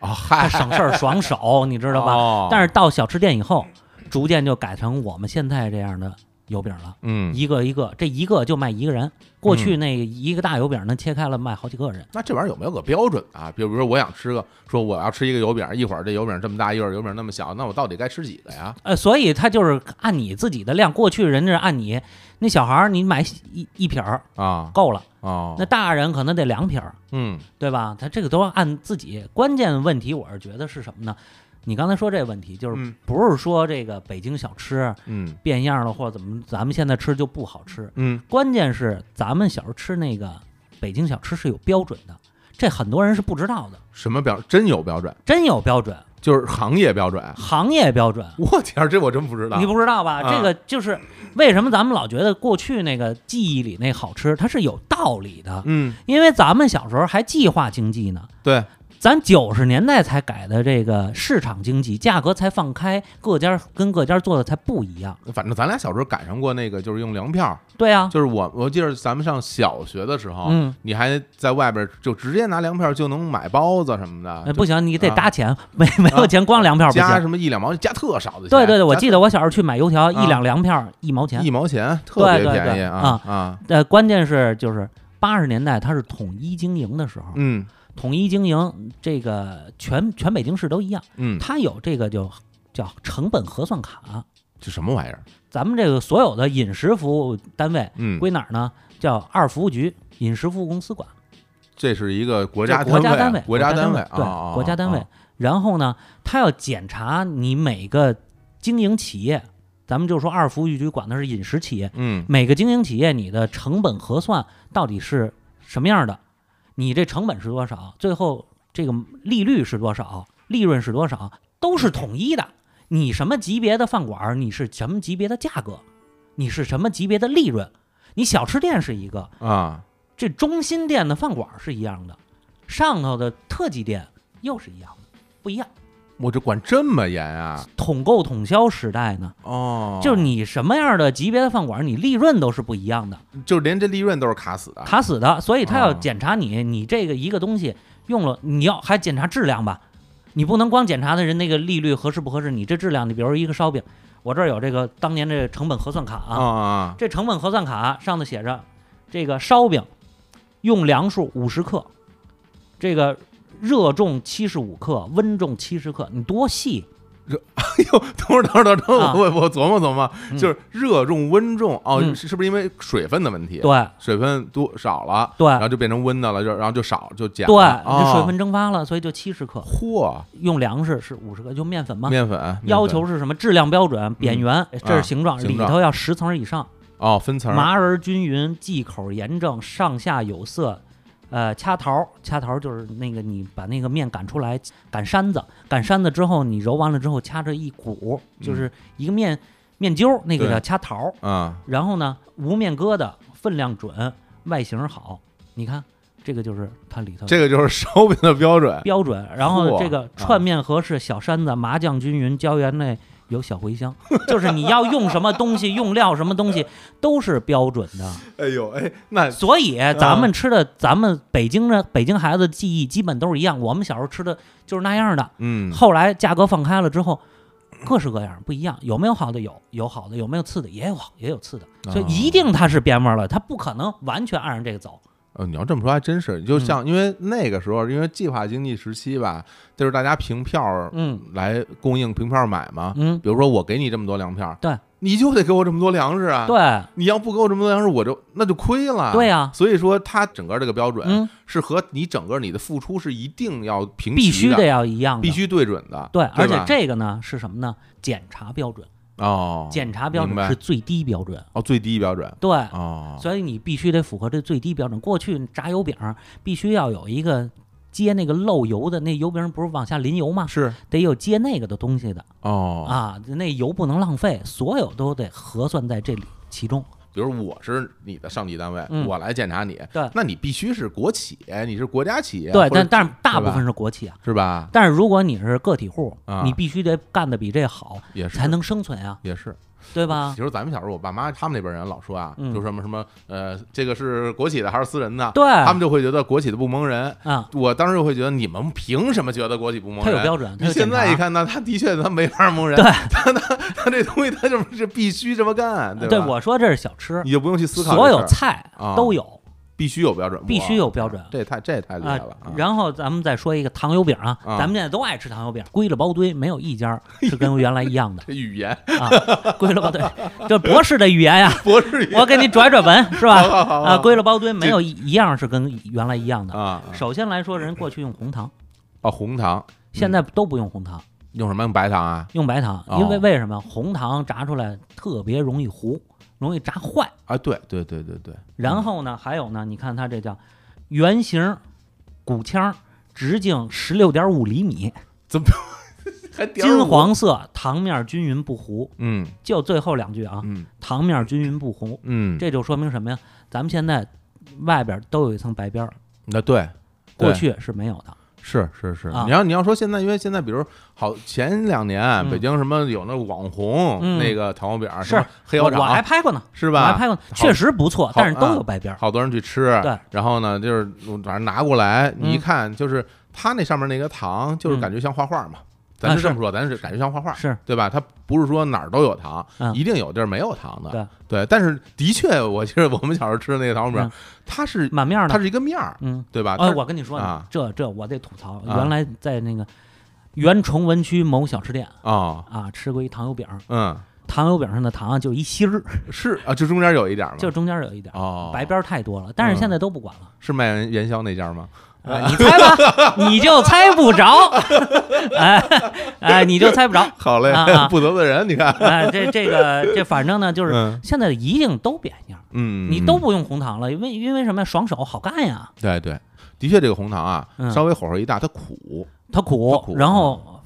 啊它嗨，省事儿爽手，你知道吧？吧但是到小吃店以后，逐渐就改成我们现在这样的油饼了，嗯，一个一个，这一个就卖一个人。过去那个一个大油饼呢，切开了卖好几个人。那这玩意儿有没有个标准啊？比如说我想吃个，说我要吃一个油饼，一会儿这油饼这么大，一会儿油饼那么小，那我到底该吃几个呀？呃，所以他就是按你自己的量，过去人家是按你那小孩儿，你买一一撇儿啊够了，哦，那大人可能得两撇儿，嗯对吧？他这个都要按自己。关键问题我是觉得是什么呢？你刚才说这问题，就是嗯不是说这个北京小吃嗯变样了或者怎么，咱们现在吃就不好吃，嗯关键是咱们小时候吃那个北京小吃是有标准的，这很多人是不知道的，什么标真有标准？真有标准，就是行业标准？行业标准。 我天儿，这我真不知道你。不知道吧？啊这个就是为什么咱们老觉得过去那个记忆里那好吃，它是有道理的，嗯，因为咱们小时候还计划经济呢。对，咱九十年代才改的这个市场经济，价格才放开，各家跟各家做的才不一样。反正咱俩小时候赶上过那个，就是用粮票，对啊，就是我我记得咱们上小学的时候，嗯，你还在外边就直接拿粮票就能买包子什么的，哎就不行，你得啊搭钱，没没有钱光粮票不行。加什么一两毛，加特少的钱。对对对，我加记得我小时候去买油条，一啊两粮票一毛钱一。毛钱，特别对对便宜对啊啊！呃，关键是就是八十年代它是统一经营的时候，嗯统一经营这个全全北京市都一样，嗯，它有这个就叫成本核算卡。这什么玩意儿？咱们这个所有的饮食服务单位嗯，归哪儿呢？叫二服务局饮食服务公司管，这是一个国国家国家单单位，国家单位位，啊，对，啊国家单。位啊。然后呢，它要检查你每个经营企业，咱们就说二服务局管的是饮食企业，嗯每个经营企业你的成本核算到底是什么样的，你这成本是多少，最后这个利率是多少，利润是多少，都是统一的。你什么级别的饭馆儿，你是什么级别的价格，你是什么级别的利润，你小吃店是一个，啊，这中心店的饭馆儿是一样的，上头的特级店又是一样的，不一样。我这管这么严啊？统购统销时代呢，哦，就是你什么样的级别的饭馆，你利润都是不一样的，就是连这利润都是卡死的，卡死的。所以他要哦检查你，你这个一个东西用了，你要还检查质量吧，你不能光检查的人那个利率合适不合适，你这质量，你比如说一个烧饼，我这儿有这个当年这成本核算卡啊啊，啊这成本核算卡上头写着这个烧饼用粮数五十克，这个热重七十五克，温重七十克，你多细？哟，等会儿等会儿等会啊儿，我我琢磨琢磨，嗯就是热重温重哦，嗯是是不是因为水分的问题？对水分多少了，对然后就变成温的了，就然后就少就减了。对，哦这水分蒸发了，所以就七十克。嚯，用粮食是五十克，就面粉嘛。面粉要求是什么？质量标准、扁圆，这啊是形状，形里状头要十层以上，哦，分层麻而均匀，忌口严正，上下有色。呃，掐桃儿，掐桃儿就是那个你把那个面擀出来，擀筛子，擀筛子之后你揉完了之后掐着一鼓，就是一个面面揪儿，那嗯个对叫掐桃儿。啊，然后呢，无面疙瘩，分量准，外形好。你看，这个就是它里头这个就是烧饼的标 准。标准。然嚯后这个串面合适，小山子麻酱均匀，椒盐内有小茴香，就是你要用什么东西，用料什么东西都是标准的。哎呦哎，那所以咱们吃的，咱们北京的北京孩子记忆基本都是一样。我们小时候吃的就是那样的，嗯，后来价格放开了之后。各式各样，不一样。有没有好的？有，有好的，有没有次的？也有，也有次的。所以一定它是变味儿了，它不可能完全按着这个走。呃，你要这么说还真是，就像因为那个时候，因为计划经济时期吧，就是大家凭票儿嗯来供应凭票儿买嘛。嗯，比如说我给你这么多粮票，对，你就得给我这么多粮食啊。，嗯对你要不给我这么多粮食，我就那就亏了。对呀所以说它整个这个标准嗯，是和你整个你的付出是一定要平必齐须的得，要一样的，必须对准的。对，而且吧这个呢是什么呢？检查标准，哦，检查标明准白是最低标准。哦最低标准对，哦，所以你必须得符合这最低标准。过去炸油饼儿必须要有一个接那个漏油的，那油饼儿不是往下淋油吗？是得有接那个的东西的哦啊，那油不能浪费，所有都得核算在这里其中。比如我是你的上级单位，嗯我来检查你，对那你必须是国企，你是国家企业，或对，者但但是大对吧部分是国企啊。是吧？但是如果你是个体户啊，你必须得干得比这好，也是才能生存啊，也是，对吧？其实咱们小时候，我爸妈他们那边人老说啊，嗯就什么什么，呃，这个是国企的还是私人的？对他们就会觉得国企的不蒙人。啊，我当时就会觉得你们凭什么觉得国企不蒙它人？有标准，它你有检现在一查。看呢，他的确他没法蒙人，对他他他这东西他就是必须这么干，对吧？对，我说这是小吃，你就不用去思考这事所儿，有菜啊都有。必须有标准，必须有标准哇这太这太厉害了啊！然后咱们再说一个糖油饼啊，啊咱们现在都爱吃糖油饼，归了包堆，没有一家是跟原来一样的这语言啊，归了 包堆，这博士的语言呀、博士语言我给你转转文是好吧？好好啊，好归了包堆没有一一样是跟原来一样的。啊首先来说，人过去用红糖，啊红糖，嗯现在都不用红糖，用什么用白糖啊？用白糖，哦因为为什么？红糖炸出来特别容易糊，容易炸坏。啊，对对对对对，然后呢，还有呢，你看它这叫圆形鼓腔，直径十六点五厘米。还点儿金我，黄色，糖面均匀不糊。嗯就最后两句啊，嗯糖面均匀不糊，嗯，这就说明什么呀？咱们现在外边都有一层白边儿，那对。过对去是没有的。是是是，啊你要你要说现在，因为现在比如好前两年嗯北京什么有那网红嗯那个糖油饼儿，是什么黑我腰我还掌拍过呢，是我还吧？拍过呢，确实不错，但是好嗯都有白边儿。好多人去吃，对，然后呢就是反正拿过来，你一嗯看就是它那上面那个糖，就是感觉像画画嘛。咱啊就这是么说，咱是啊感觉像画画，是对吧？它不是说哪儿都有糖，嗯一定有地儿没有糖的。对，但是的确，我记得我们小时候吃的那个糖油饼嗯，它是满面儿它的，是一个面儿，嗯，对吧？哎，它我跟你说呢啊这这我得吐槽，啊原来在那个原崇文区某小吃店啊，啊，吃过一糖油饼儿，嗯，糖油饼上的糖啊就一芯儿，是啊，就中间有一点嘛，就中间有一点儿。哦，嗯白边儿太多了，但是现在都不管了。是卖元宵那家吗？ 哎你猜吧，你就猜不着， 哎哎，你就猜不着，好嘞啊 啊，不得罪人，你看，哎，这这个这反正呢，就是嗯现在一定都变样，嗯，你都不用红糖了，因为因为什么呀？爽手好干呀，对对，的确这个红糖啊，嗯稍微火候一大，它苦，它它苦苦，然后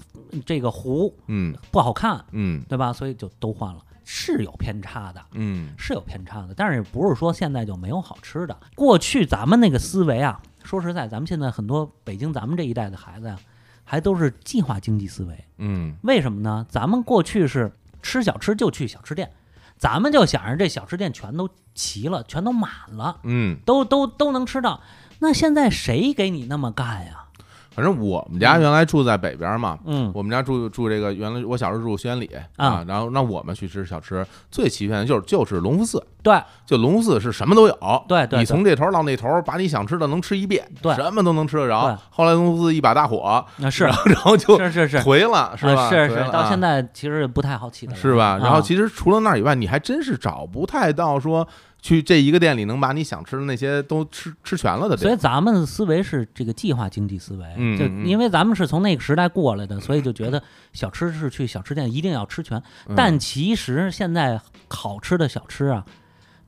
这个糊嗯不好看，嗯对吧？所以就都换了，是有偏差的。嗯，是有偏差的，但是不是说现在就没有好吃的？过去咱们那个思维啊，说实在，咱们现在很多北京咱们这一代的孩子呀、还都是计划经济思维。嗯为什么呢？咱们过去是吃小吃就去小吃店，咱们就想着这小吃店全都齐了，全都满了，嗯，都都都能吃到。那现在谁给你那么干呀？反正我们家原来住在北边嘛，嗯我们家住住这个原来我小时候住宣礼啊然后那我们去吃小吃最齐全的就是就是隆福寺，对，就隆福寺是什么都有，对对你对从这头到那头，把你想吃的能吃一遍，对什么都能吃得着对。后来隆福寺一把大火，那 啊是然后然后就是 是是颓了，是吧？啊是颓了是，到现。啊在其实不太好起的，是吧？然后啊其实除了那儿以外，你还真是找不太到说去这一个店里能把你想吃的那些都吃吃全了的所以店。咱们的思维是这个计划经济思维，嗯就嗯嗯因为咱们是从那个时代过来的，所以就 觉得小吃是去小吃店一定要吃全。嗯但其实现在好吃的小吃啊，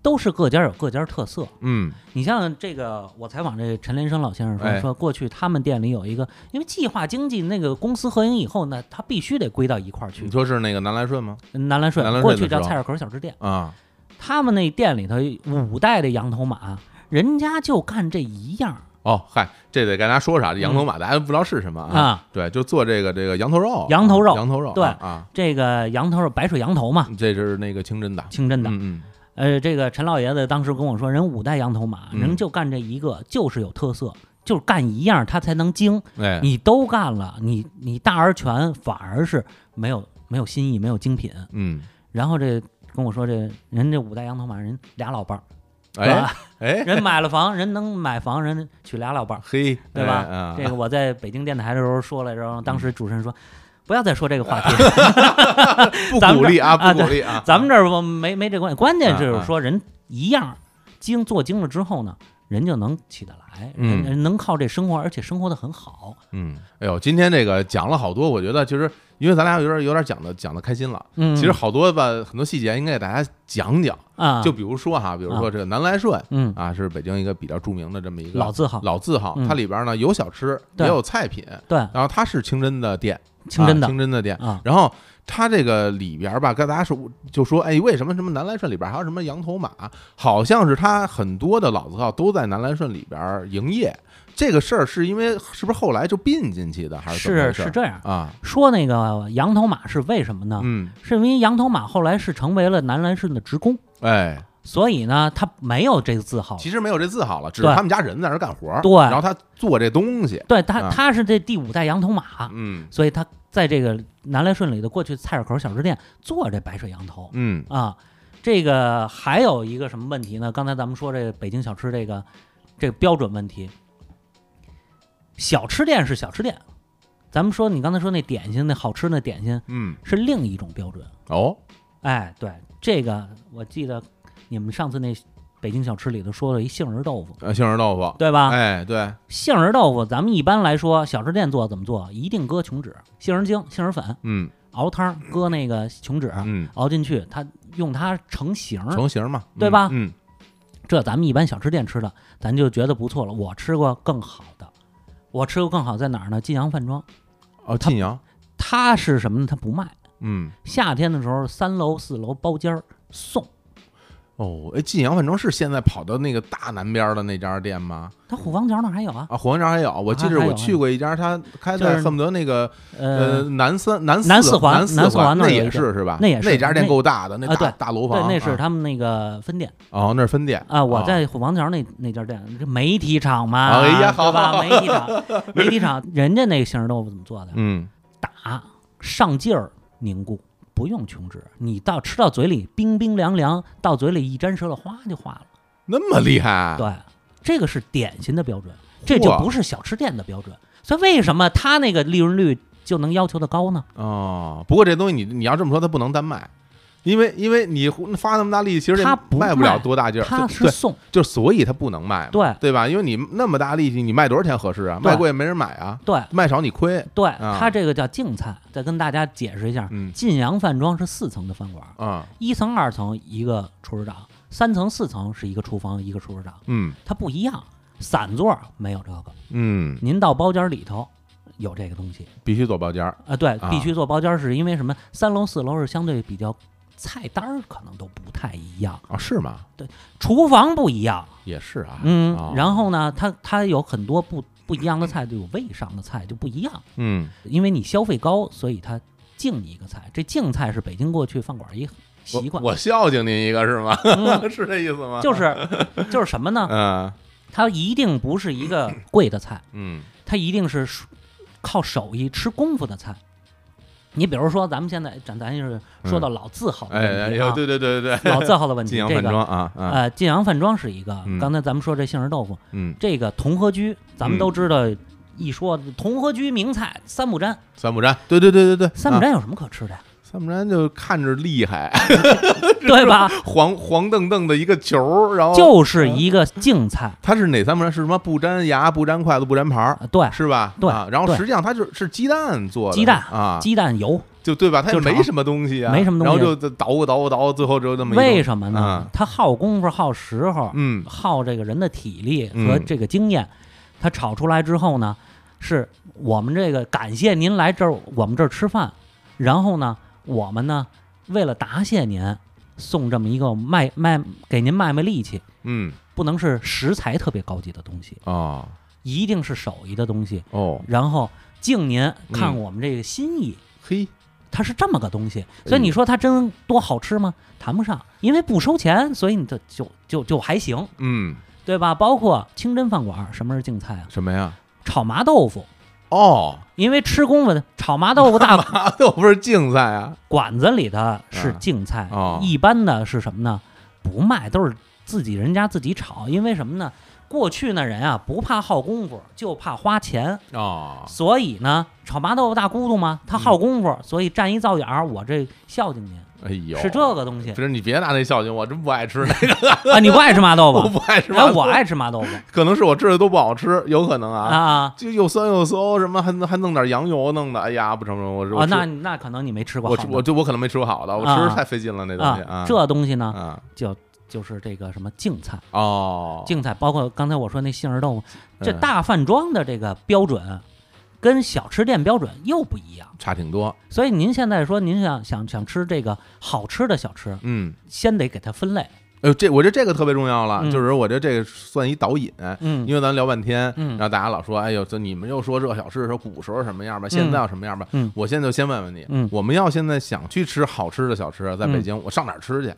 都是各家有各家特色。嗯你像这个，我采访这陈连生老先生哎说，说过去他们店里有一个，因为计划经济那个公司合营以后呢，它必须得归到一块儿去你。说是那个南来顺吗？南来南来顺顺过的去叫时候菜市口小吃店，啊，他们那店里头五代的羊头马，人家就干这一样儿哦，嗨，这得跟大家说啊啥？这羊头马大家都不知道是什么啊？嗯啊。对，就做这个这个羊头肉，啊羊头肉羊头肉，对啊，这个羊头是白水羊头嘛，这是那个清真的，清真的。嗯呃，这个陈老爷子当时跟我说，人五代羊头马，嗯人就干这一个，就是有特色，就是干一样他才能精。嗯，哎，你都干了，你你大而全，反而是没有没有新意，没有精品。嗯，然后这跟我说这人这五代羊头马人俩老伴儿，是哎吧？ 哎，人买了房，人能买房，人娶俩老伴儿。嘿， 对吧哎啊，嗯这个我在北京电台的时候说了，然后当时主持人说，不要再说这个话题，啊不咱们鼓励啊，这啊不鼓励啊，咱们这儿不没没这关系，关键就啊啊是说人一样精做精了之后呢，人就能起得来，嗯人人能靠这生活，而且生活的很好。嗯，哎呦，今天这个讲了好多，我觉得就是因为咱俩有点有点讲的讲的开心了。嗯其实好多吧，很多细节应该给大家讲讲。啊，就比如说哈，比如说这个南来顺嗯啊，是北京一个比较著名的这么一个老字号，老字号，嗯它里边呢有小吃，也对有菜品，对，然后它是清真的店，清真啊的清真的店。啊，然后它这个里边吧，跟大家说就说，哎，为什么什么南来顺里边还有什么羊头马？好像是它很多的老字号都在南来顺里边营业。这个事儿是因为是不是后来就并进去的，还是怎么是回事是这样。啊？说那个羊头马是为什么呢？嗯，是因为羊头马后来是成为了南来顺的职工，哎，所以呢，他没有这个字号。其实没有这字号了，只是啊对他们家人在那儿干活儿，对然后他做这东西，对他，啊他是这第五代羊头马，嗯所以他在这个南来顺里的过去菜市口小吃店做这白水羊头。嗯啊，这个还有一个什么问题呢？刚才咱们说这个北京小吃这个这个标准问题，小吃店是小吃店，咱们说你刚才说那点心那好吃那点心嗯，是另一种标准。哦，哎，对，这个我记得你们上次那北京小吃里头说了一杏仁豆腐。呃杏仁豆腐，对啊吧？哎，对，杏仁豆腐，咱们一般来说，小吃店做怎么做？一定搁琼脂、杏仁精、杏仁粉，嗯熬汤搁那个琼脂，嗯，熬进去，它用它成型儿，成型嘛，嗯对吧嗯，这咱们一般小吃店吃的，咱就觉得不错了。我吃过更好的，我吃过更好在哪儿呢？晋阳饭庄，哦，晋阳，它是什么呢？它不卖，嗯，夏天的时候三楼四楼包间儿送。哦，哎，晋阳反正是现在跑到那个大南边的那家店吗？它虎坊桥那儿还有啊，啊，火王桥还有，我记啊着还有我去过一家，他开就在是恨不得那个呃呃，南三南南四四环南南四环环那儿有也一是是吧？那也是那家店那够大的，那啊大对大楼对房，，那是啊他们那个分店哦，那是分店啊。我哦在虎坊桥那那家店，这媒体场嘛，哎呀好对好好吧？媒体场，媒体场， 人家那个杏仁豆腐怎么做的？嗯打上劲儿凝固，不用琼脂，你到吃到嘴里冰冰凉凉，到嘴里一沾舌头，哗就化了。，那么厉害，啊对，这个是典型的标准，这就嚯不是小吃店的标准。所以为什么他那个利润率就能要求的高呢？哦，不过这东西你你要这么说，它不能单卖，因为因为你发那么大力，其实这它不卖不卖了多大劲儿，他对是对，送，就所以它不能卖嘛，对对吧？因为你那么大力气，你卖多少钱合适啊？对卖贵没人买啊，对卖少你亏，对，啊他这个叫净菜。再跟大家解释一下，嗯晋阳饭庄是四层的饭馆，啊一层、二层一个厨师长，三层、四层是一个厨房一个厨师长，嗯它不一样。散座没有这个，嗯，您到包间里头有这个东西必须走包间儿，啊、对，啊必须做包间，是因为什么？三楼、四楼是相对比较菜单儿可能都不太一样。啊，是吗？厨房不一样，也是啊，嗯，哦然后呢，它它有很多不不一样的菜就有味上的菜就不一样，嗯因为你消费高，所以它敬你一个菜。这敬菜是北京过去饭馆一我习惯，我孝敬您一个是吗？ 嗯是这意思 吗？，就是是就是什么呢？嗯它一定不是一个贵的菜，嗯它一定是属靠手艺吃功夫的菜。你比如说，咱们现在咱咱就是说到老字号的哎哎问题呦，啊，对对对对对，老字号的问晋题，阳这饭个庄啊啊，呃，晋阳饭庄是一个嗯。刚才咱们说这杏仁豆腐，嗯，这个同和居，咱们嗯都知道，一说同和居名菜三不沾，三不沾，对对对对对，三不啊，沾有什么可吃的呀？三不沾就看着厉害， 对吧？黄黄澄澄的一个球儿，然后就是嗯一个净菜，它是哪三不沾？是什么？不沾牙，不沾筷子，不沾盘儿，啊对，是吧？对啊，然后对实际上它就是鸡蛋做的，鸡蛋啊，鸡蛋油，就对吧？它也就没炒什么东西啊，没什么东西然后就捣鼓捣鼓捣鼓，最后只有那么一为种什么呢啊？它耗功夫，耗时候，嗯耗这个人的体力嗯和这个经验，它炒出来之后呢，是我们这个感谢您来这儿我们这儿吃饭，然后呢，我们呢为了答谢您，送这么一个卖卖给您卖卖力气，嗯不能是食材特别高级的东西，哦一定是手艺的东西，哦然后敬您看嗯我们这个心意。嘿它是这么个东西，嗯所以你说它真多好吃吗？谈不上，因为不收钱，所以你就就就就还行，嗯对吧？包括清真饭馆，什么是净菜啊？什么呀？炒麻豆腐，哦， 因为吃功夫的炒麻豆腐大麻豆不是竞赛啊？馆子里的是净菜，哦一般的是什么呢？不卖，都是自己人家自己炒，因为什么呢？过去那人啊，不怕耗功夫，就怕花钱，哦，所以呢，炒麻豆腐大咕嘟嘛，嗯他耗功夫，所以站一灶眼儿，我这孝敬您，哎呦，是这个东 西不。是你别拿那孝敬，我真不爱吃那个，啊，你不爱吃麻豆我腐？不爱吃麻哎，豆腐。我爱吃麻豆腐可能是我吃的都不好吃，有可能啊啊，啊就又酸又馊，什么还还弄点羊油弄的，哎呀，不成不成，我啊！我吃那那可能你没吃过我好吃的。我就我可能没吃过好的，我吃啊太费劲了那东西啊啊，，这东西呢，啊就是这个什么净菜，哦，净菜包括刚才我说那杏仁豆腐，这嗯大饭庄的这个标准。跟小吃店标准又不一样，差挺多，所以您现在说您想想想吃这个好吃的小吃，嗯。先得给它分类。哎呦，这我觉得这个特别重要了，嗯就是我觉得这个算一导引，嗯因为咱聊半天，嗯然后大家老说，哎呦，这你们又说这小吃的时候，古时候什么样吧，现在要什么样吧，嗯我现在就先问问你，嗯我们要现在想去吃好吃的小吃，在北京，我上哪儿吃去？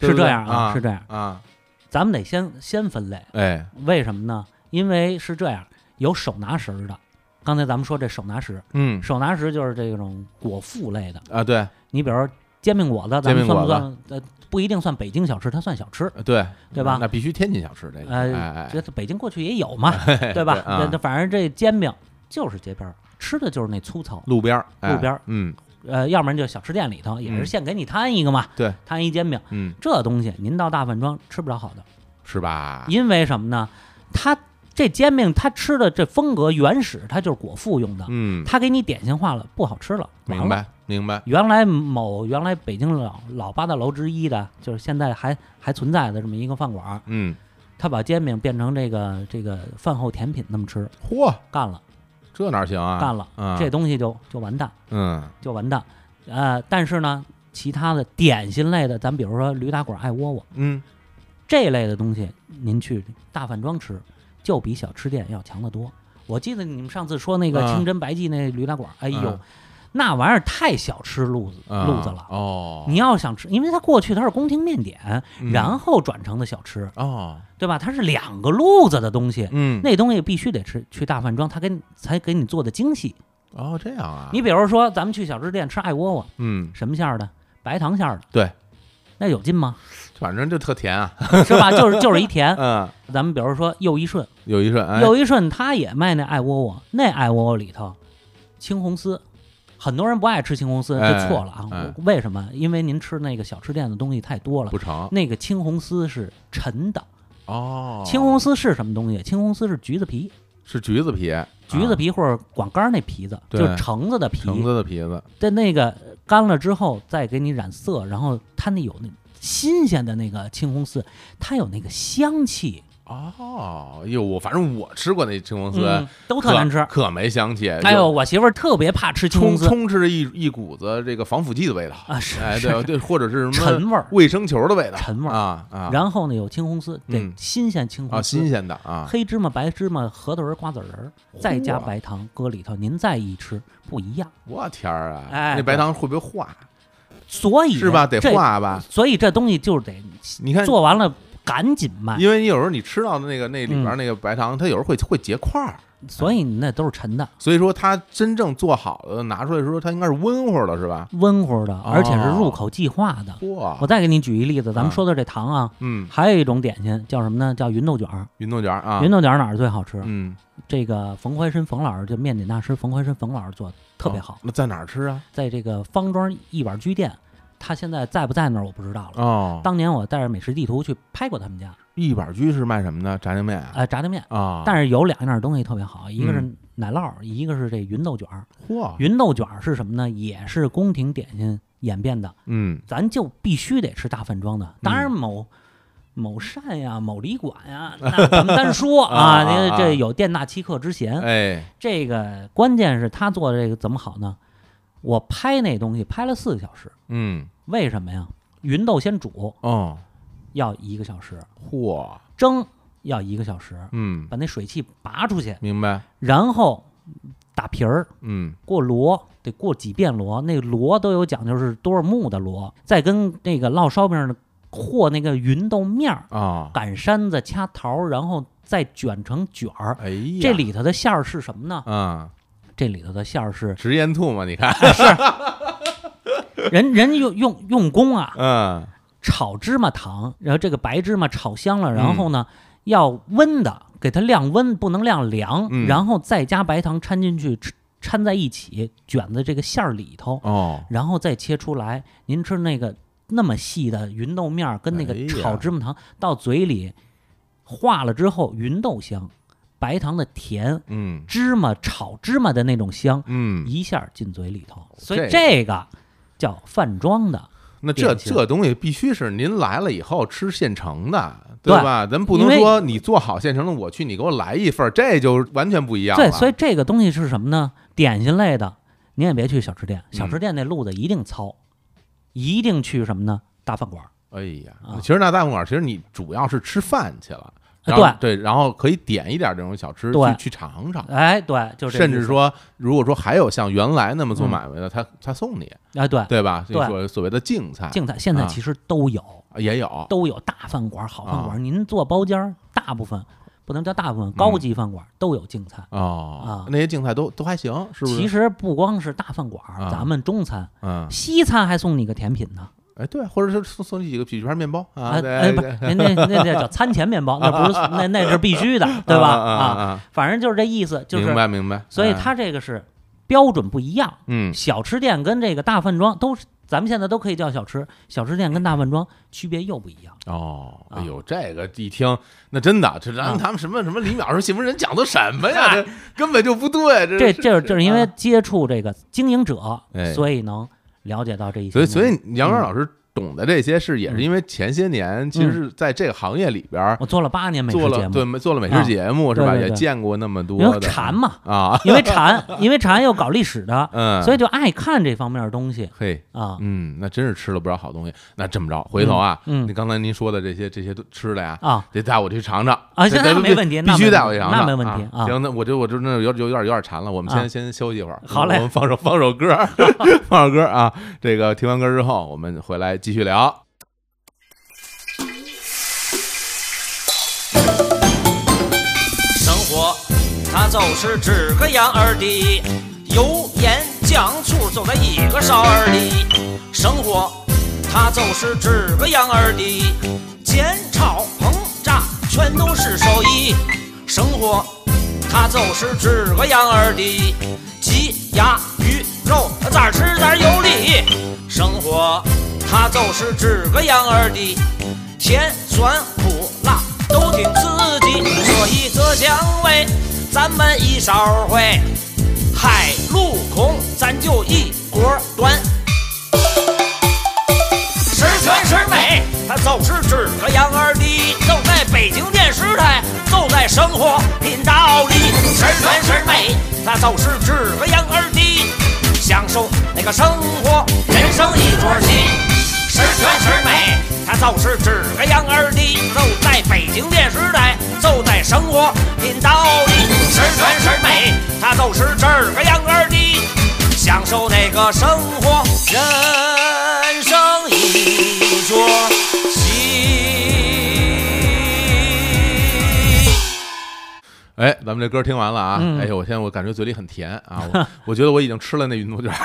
对是不对这样啊，是这样，啊，咱们得先先分类。哎，为什么呢？因为是这样，有手拿食儿的。刚才咱们说这手拿食，嗯手拿食就是这种果腹类的，啊，对你比如说煎饼果子，煎咱饼们算果不子算？呃，不一定算北京小吃，它算小吃。呃对对吧那必须天津小吃这个，呃哎这北京过去也 有嘛，哎，对吧？啊那那反正这煎饼就是街边儿吃的就是那粗糙，路边儿，哎路边儿，嗯呃，要不然就小吃店里头也嗯是现给你摊一个嘛，对，摊一煎饼，嗯，这东西您到大饭庄吃不着好的，是吧？因为什么呢？它这煎饼它吃的这风格原始，它就是果腹用的，嗯，它给你典型化了，不好吃了，完了明白明白，原来某原来北京老老八大楼之一的，就是现在还还存在的这么一个饭馆儿，嗯，他把煎饼变成这个这个饭后甜品那么吃，嚯，干了这哪行啊？干了，啊这东西就就完蛋嗯就完蛋。呃，但是呢，其他的点心类的，咱比如说驴打滚、爱窝窝嗯，这类的东西，您去大饭庄吃，就比小吃店要强得多。我记得你们上次说那个啊清真白记那驴打滚儿，哎呦啊，那玩意儿太小吃路子啊路子了。哦，你要想吃，因为它过去它是宫廷面点，嗯然后转成的小吃，哦，对吧？它是两个路子的东西，嗯，那东西必须得吃去大饭庄，它给你才给你做的精细。哦这样啊，你比如说，咱们去小吃店吃爱窝窝，嗯，什么馅儿的？白糖馅儿的，对，那有劲吗？反正就特甜啊，是吧？ 就是就是一甜。嗯，咱们比如说又一顺，有一瞬哎，又一顺它也卖那爱窝窝，那爱窝窝里头青红丝。很多人不爱吃青红丝，哎这错了啊！哎为什么？因为您吃那个小吃店的东西太多了不，成那个青红丝是沉的，哦，青红丝是什么东西？青红丝是橘子皮，是橘子皮，橘子啊皮或者管干儿那皮子，对就是橙子的皮。橙子的皮子，在那个干了之后，再给你染色，然后它那有那新鲜的那个青红丝，它有那个香气，哦，哟，我反正我吃过那青红丝，嗯，都特难吃。可没香气。哎呦，，我媳妇儿特别怕吃青充红丝充斥着一一股子这个防腐剂的味道，啊，是哎，是对对，或者是什么陈味儿。卫生球的味道，陈味儿啊啊，然后呢，有青红丝，对嗯，新鲜青啊红新丝，鲜的啊，黑芝麻、白芝麻、核桃仁、瓜子仁儿，再加白糖搁里头，您再一吃不一样。我天儿啊，哎那白糖会不会化？所以是吧？得这，化吧？所以这东西就是得你看，做完了赶紧卖，因为你有时候你吃到的那个那里嗯边那个白糖，它有时候会会结块儿，所以你那都是沉的、所以说它真正做好的拿出来的时候，它应该是温乎的，是吧？温乎哦的，而且是入口即化的。我嚯，再给你举一例子，咱啊们说的这糖啊，嗯，还有一种点心叫什么呢？叫芸豆卷儿。芸豆卷儿啊芸，豆卷儿哪儿最好吃？嗯，这个冯怀申冯老师，就面点大师冯怀申冯老师做的特别好哦，那在哪儿吃啊？在这个方庄一碗居店，他现在在不在那儿我不知道了。哦，当年我带着美食地图去拍过他们家，一板居是卖什么的？炸酱面啊？呃，炸酱面。啊，但是是有两样东西特别好，一个是嗯啊奶酪，一个是这芸豆卷儿。嚯，芸豆卷儿是什么呢？也是宫廷点心演变的，嗯，咱就必须得吃大饭庄的。当然某。某膳呀，某旅馆 呀，那咱们单说啊啊，啊这啊这有店大欺客之嫌。哎，这个关键是他做的这个怎么好呢？我拍那东西拍了四个小时，嗯，为什么呀？芸豆先煮哦，要一个小时，嚯，蒸要一个小时，嗯，把那水汽拔出去，明白，然后打皮儿，嗯，过箩，得过几遍箩，那箩都有讲究是多少目的箩，再跟那个烙烧饼的和那个芸豆面儿，啊，擀扇子掐桃，然后再卷成卷儿。哎呀，这里头的馅儿是什么呢？啊，这里头的馅儿是直咽吐嘛，你看，人人用用用功啊，嗯，炒芝麻糖，然后这个白芝麻炒香嗯了，然后呢、要温的，给它晾温，不能晾凉，嗯然后再加白糖掺进去，吃掺在一起，卷在这个馅儿里头，哦，然后再切出来。您吃那个那么细的芸豆面儿跟那个哎呀炒芝麻糖、到嘴里化了之后，芸豆香，白糖的甜，嗯芝麻炒芝麻的那种香，嗯，哦一下进嘴里头。所以这这个叫饭庄的。那这典型这东西必须是您来了以后吃现成的，对对吧？咱不能因为说你做好现成的，我去你给我来一份儿，这就完全不一样了。对，所以这个东西是什么呢？点心类的，您也别去小吃店，嗯小吃店那路子一定糙，一定去什么呢？大饭馆儿。哎呀啊，其实那大饭馆，其实你主要是吃饭去了，然后对然后可以点一点这种小吃对去去尝尝，哎，对，就这个意甚思至，说，如果说还有像原来那么做买卖的，他他送你，哎，对，对吧？对所所谓的竞菜竞彩现在啊其实都有，也有，都有大饭馆儿、好饭馆啊嗯儿。您做包间儿，大部分不能叫大部分，高级饭馆儿都有竞菜。哦啊，那些竞菜都都还行，是不是？其实不光是大饭馆儿，啊咱们中餐、嗯，西餐还送你个甜品呢。哎，对，或者是送送你几个几盘面包啊，哎对哎，不，那那那那叫餐前 面包，那不是那那是必须的，对吧？啊啊啊啊，啊，反正就是这意思，就是明白明白。所以哎它这个是标准不一样。嗯小吃店跟这个大饭庄都是，咱们现在都可以叫小吃，小吃店跟大饭庄区别又不一样。哦，哎啊呦，这个一听，那真的，这咱啊他们什么什么李淼什么新闻人讲的什么呀？这根本就不对，这这这就是啊因为接触这个经营者哎，所以能了解到这一些所以内容。所以杨嗯元老师懂得这些是也是因为前些年其实是在这个行业里边儿我做了八年嗯美食做节了目，啊对做了美食节目是吧？对对也对见过那么多因为的馋嘛，啊，因为馋，因为馋又搞历史的，嗯，所以以就爱看这方面的东西嘿。啊。嗯，那真是吃了不少好东西。那这么着，回头啊，嗯嗯你刚才您说的这些这些都吃的呀，啊，得带我去尝尝啊这那这没问必题那须没带问我去题尝那尝。没问题啊啊行，那我这我这那有有点有点馋了，我们先啊先休息一会儿。好嘞我们放首放首歌， 放首歌啊。这个听完歌之后，我们回来继续聊。生活，它就是这个样儿的，油盐酱醋就在一个勺儿里。生活，它就是这个样儿的，煎炒烹炸全都是手艺。生活，它就是这个样儿的，鸡鸭鱼肉它咋吃咋有理。生活，它就是这个样儿的。甜酸苦辣都挺刺激，所以这香味咱们一勺儿会，海陆空咱就一锅儿端。十全十美，它就是这个样儿的，就在北京电视台在生活频道里，十全十美，它就是质和养儿的，享受那个生活，人生一桌戏，十全十美，它就是质和养儿的，就在北京电视台，就在生活频道里，十全十美，它就是质和养儿的，享受那个生活，人生一桌戏。哎，咱们这歌听完了啊，嗯哎呦，我现在我感觉嘴里很甜啊，我我觉得我已经吃了那云头卷 了，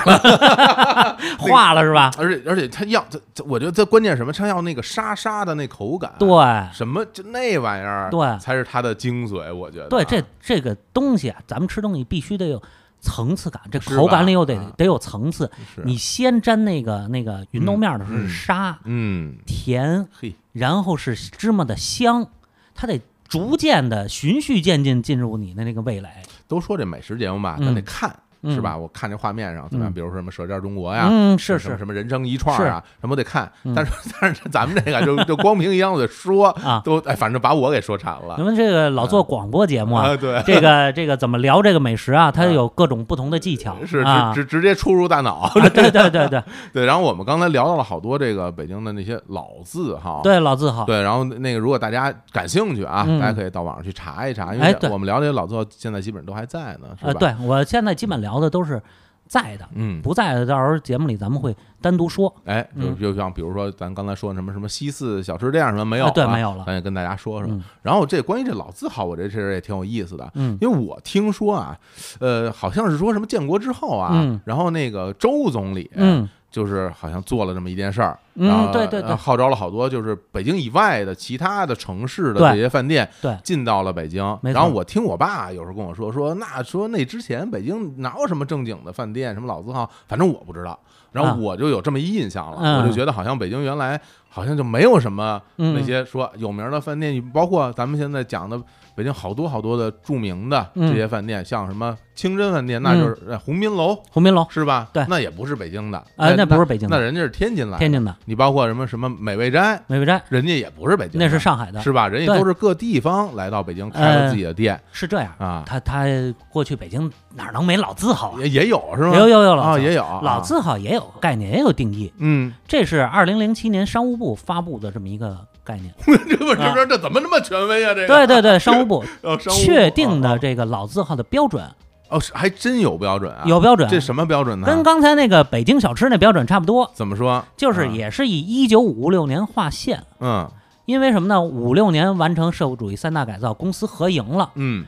化了是吧？而且而且它要它它，我觉得它关键是什么，它要那个沙沙的那口感，对，什么就那玩意儿，对才是它的精髓，我觉得，对，这这个东西啊，咱们吃东西必须得有层次感，这是口吧感里又得啊得有层次。是你先沾那个那个芸豆面儿的时候嗯是沙嗯，甜，嘿，然后是芝麻的香，它得逐渐的循序渐进进入你的那个味蕾，都说这美食节目吧，咱得嗯看。嗯是吧？？我看这画面上怎么样？嗯比如说什么《舌尖中国》呀，嗯，是什么是什么人生一串儿啊，什么都得看。嗯但是 但是咱们这个就就光凭一样我得说，啊。都哎，反正把我给说馋因了。为这个老做广播节目啊 啊，，对，这个这个怎么聊这个美食啊，它有各种不同的技巧呃是啊直直直接出入大脑。啊对对对对对，然后我们刚才聊到了好多这个北京的那些老字号。对，老字号，对，然后那个如果大家感兴趣啊，嗯大家可以到网上去查一查，因哎为对我们聊这些老字号现在基本上都还在呢，是吧？呃，，对我现在基本聊的都是在的，嗯，不在的到时候节目里咱们会单独说。哎，就嗯就像比如说咱刚才说的什么什么西四小吃店什么没有、啊对啊，没有了咱也跟大家说说。嗯然后这关于这老字号，我这事儿也挺有意思的，嗯因为我听说啊，呃，好像是说什么建国之后啊，嗯然后那个周总理，嗯就是好像做了这么一件事儿，然后嗯，对对呃对号召了好多就是北京以外的其他的城市的对这些饭店，对进到了北京。没错然后我听我爸有时候跟我说，说那说那之前北京哪有什么正经的饭店，什么老字号，反正我不知道。然啊后我就有这么一印象了，嗯我就觉得好像北京原来好像就没有什么嗯那些说有名的饭店，包括咱们现在讲的北京好多好多的著名的嗯这些饭店，像什么清真饭店，那就是呃鸿宾楼鸿宾楼是吧？对那也不是北京的，啊那不是北京的哎那人家是天津来的，天津的你包括什么什么美味斋，美味斋，人家也不是北京的，那是上海的，是吧？人家对哎都是各地方来到北京开了自己的店是这样。啊，他他过去北京哪能没老字号啊？也也有是吗？有有有老啊，字号也有老，字号也有概念，也有定义。嗯， 这是二零零七年商务部发布的这么一个 概念。这不这不这怎么那么权威啊？这个啊对对对，商务部呃 商务部确定啊的啊这个老字号的标准哦，是还真有标准啊，有标准，这什么标准呢？跟刚才那个北京小吃那标准差不多，怎么说？就是啊也是以一九五六年划线。嗯因为什么呢？五六年完成社会主义三大改造，公司合营了嗯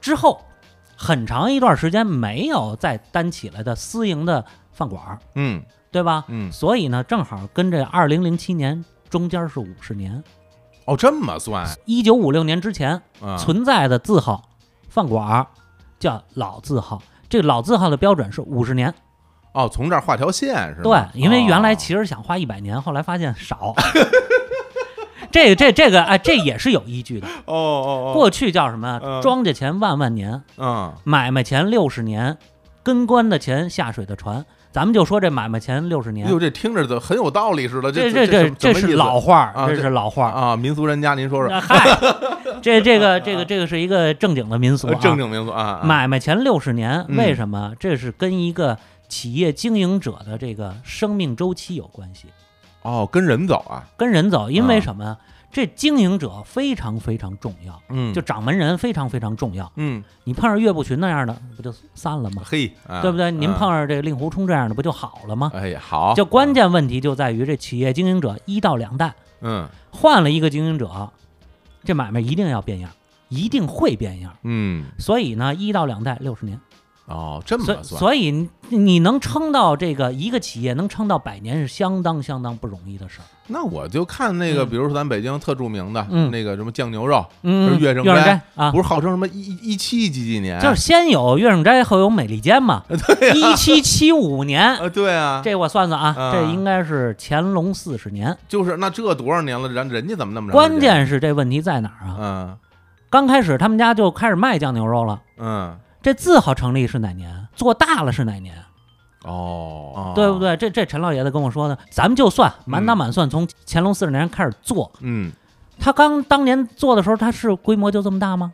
之后，很长一段时间没有再单起来的私营的饭馆儿，嗯对吧？嗯，所以呢，正好跟这二零零七年中间是五十年，哦，这么算一九五六年之前啊？存在的字号饭馆儿叫老字号，这个老字号的标准是五十年。哦，从这儿画条线是对吧？，因为原来哦其实想花一百年，后来发现少。 这这这个哎，这也是有依据的。哦哦哦，过去叫什么？嗯庄稼钱万万年，嗯买卖钱六十年，跟官的钱下水的船。咱们就说这买卖钱六十年哟，，这听着怎很有道理似的，这这这这这是老话啊儿，这这是老话儿。啊，民俗人家，您说说那啊嗨，这这个这个这个是一个正经的民俗、啊，呃正经民俗啊，啊买卖前六十年，嗯为什么？这是跟一个企业经营者的这个生命周期有关系，哦，跟人走啊，跟人走，因为啊什么？这经营者非常非常重要，嗯，就掌门人非常非常重要。嗯，你碰上岳不群那样的，不就散了吗？嘿，啊对不对？您嗯碰上这个令狐冲这样的，不就好了吗？哎呀好，就关键问题就在于这企业经营者一到两代嗯换了一个经营者，这买卖一定要变样，一定会变样。嗯，所以呢，一到两代六十年，哦，这么所以算，所以你你能撑到这个一个企业能撑到百年是相当相当不容易的事儿。那我就看那个，嗯比如说咱北京特著名的嗯那个什么酱牛肉，嗯，月月盛斋斋啊不，是号称什么一一一七几几年，就是先有月盛斋，后有美利 坚嘛。一七七五年，呃，对 啊，这我算算啊啊，这应该是乾隆四十年。就是那这多少年了，人人家怎么那么长时关间，键是这问题在哪儿啊？嗯刚开始他们家就开始卖酱牛肉了，嗯，这字号成立是哪年？做大了是哪年？哦，哦对不？对？这这陈老爷子跟我说的，咱们就算满打嗯满算，从乾隆四十年开始做，嗯，他刚当年做的时候，他是规模就这么大吗？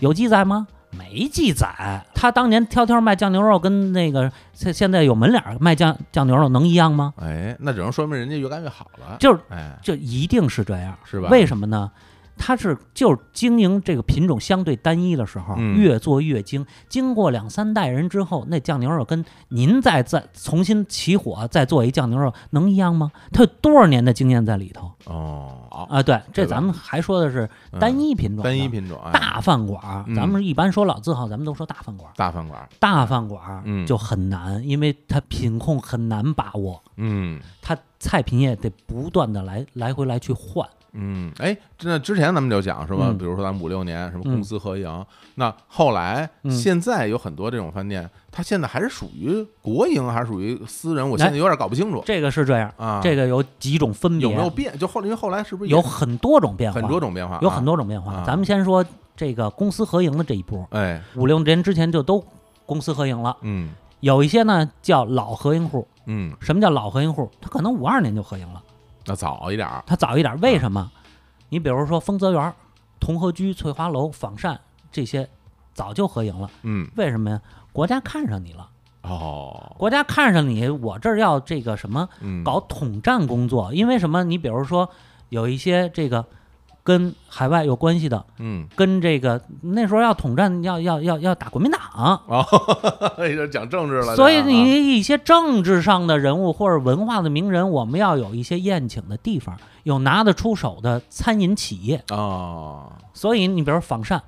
有记载吗？没记载。他当年挑挑卖酱牛肉，跟那个现现在有门脸儿卖酱酱牛肉能一样吗？哎，那只能说明人家越干越好了，就是哎，就一定是这样，是吧为什么呢？它是就是经营这个品种相对单一的时候，嗯越做越精。经过两三代人之后，那酱牛肉跟您再再重新起火再做一酱牛肉能一样吗？它有多少年的经验在里头哦，啊？对，这对吧咱们还说的是嗯单一品种的、单一品种，哎大饭馆儿嗯，咱们一般说老字号，咱们都说大饭馆儿。大饭馆，大饭馆儿嗯就很难，因为它品控很难把握，嗯它菜品也得不断的来来回来去换。嗯，哎，那之前咱们就讲是吧？嗯比如说咱们五六年什么嗯公私合营，那后来嗯现在有很多这种饭店，它现在还是属于国营还是属于私人？我现在哎有点搞不清楚这个是这样，啊，这个有几种分别，有没有变？就后来因为后来是不是也有很多种变化，很多种变化？有很多，多种变化。啊咱们先说这个公私合营的这一波，哎，五六年之前就都公私合营了，嗯有一些呢叫老合营户。嗯，什么叫老合营户？他可能五二年就合营了，那早一点儿，他早一点。为什么？你比如说丰泽园、同和居、翠华楼、仿膳这些，早就合营了。嗯为什么呀？国家看上你了，哦，国家看上你，我这儿要这个什么嗯，搞统战工作，因为什么？你比如说有一些这个跟海外有关系的，嗯跟这个那时候要统战，要要要要打国民党，哦，有点讲政治了，所以这样啊你一些政治上的人物或者文化的名人，我们要有一些宴请的地方，有拿得出手的餐饮企业。哦，所以你比如仿膳，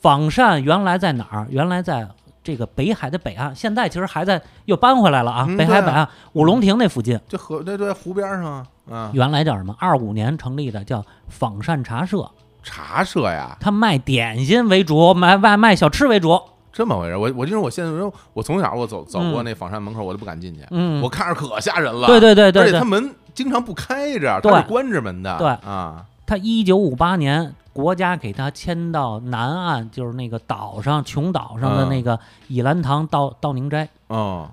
仿膳原来在哪儿？原来在这个北海的北岸，现在其实还在又搬回来了啊，嗯北海对啊北岸五龙亭那附近。这河这这湖边儿上啊啊，原来叫什么？二五年成立的叫仿膳茶社，茶社呀，它卖点心为主，卖外卖小吃为主。这么回事儿。我我就是我现在因为我从小我走走过那仿膳门口，我都不敢进去，嗯，我看着可吓人了。对对对而对且它对，门经常不开着，对它是关着门的。对啊，他一九五八年国家给他迁到南岸，就是那个岛上琼岛上的嗯那个倚兰堂到到宁斋，哦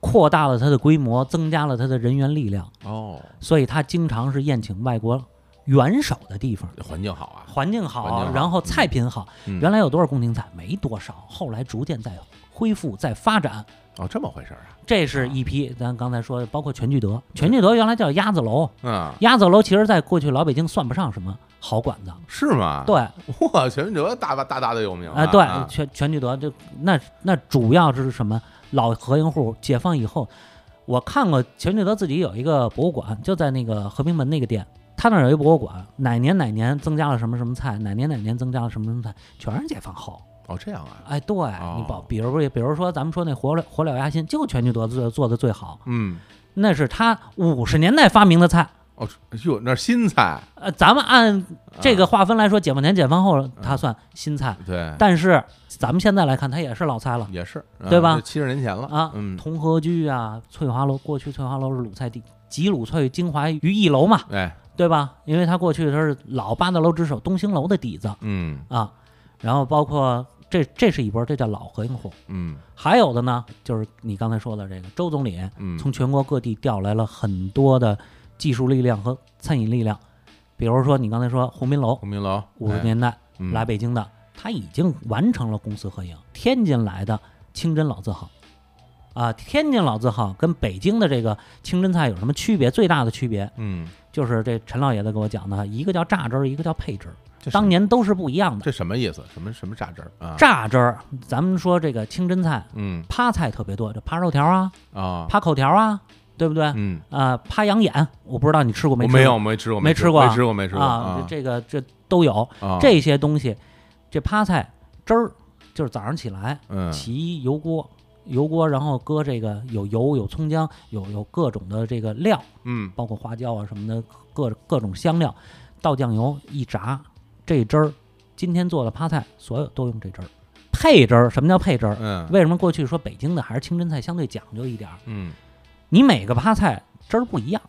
扩大了它的规模，增加了它的人员力量，哦，所以它经常是宴请外国元首的地方。这环境好啊。环境好，环境好然后菜品好。嗯原来有多少宫廷菜？没多少，后来逐渐在恢复、在发展。哦，这么回事儿啊。这是一批，咱刚才说的，包括全聚德。全聚德原来叫鸭子楼，嗯，鸭子楼其实在过去老北京算不上什么好馆子。是吗？，对，哇，全聚德大大大大的有名啊，对，啊全全聚德这那那主要是什么？老合营户解放以后，我看过全聚德自己有一个博物馆，就在那个和平门那个店，他那儿有一博物馆，哪年哪年增加了什么什么菜，哪年哪年增加了什么什么菜，全是解放后。哦，这样啊。哎，对你保，比如比如说咱们说那火燎火燎鸭心，就全聚德做做的最好，嗯，那是他五十年代发明的菜。哦，哟，那是新菜。呃，咱们按这个啊嗯划分来说，解放前、解放后，它算新菜，对，但是咱们现在来看，它也是老菜了。也是，啊对吧这七十年前了啊嗯，同和居啊，翠华楼，过去翠华楼是鲁菜地，集鲁翠精华于一楼嘛，哎，对吧？因为它过去它是老八大楼之首东兴楼的底子嗯啊，然后包括这这是一波，这叫老合营户。嗯还有的呢，就是你刚才说的这个周总理，嗯，从全国各地调来了很多的技术力量和餐饮力量，比如说你刚才说鸿宾楼鸿宾楼五十哎年代嗯来北京的，他已经完成了公私合营。天津来的清真老字号，啊，天津老字号跟北京的这个清真菜有什么区别？最大的区别嗯，就是这陈老爷子给我讲的，一个叫榨汁儿，一个叫配汁儿，这什当么年都是不一样的。这什么意思？什么什么榨汁儿啊？榨汁儿，咱们说这个清真菜，嗯趴菜特别多，就趴肉条啊，啊，趴口条啊，对不对？嗯，啊，趴羊眼，我不知道你吃过没我吃过？没有没吃过，没吃吃过没吃过，没吃过啊，这这个这都有啊这些东西，这趴菜汁儿就是早上起来嗯起油锅，油锅然后搁这个有油、有葱姜、有有各种的这个料，嗯包括花椒啊什么的，各各种香料，倒酱油一炸，这汁儿今天做的趴菜，所有都用这汁儿。配汁儿，什么叫配汁儿？嗯为什么过去说北京的还是清真菜相对讲究一点儿？嗯你每个趴菜汁儿不一样，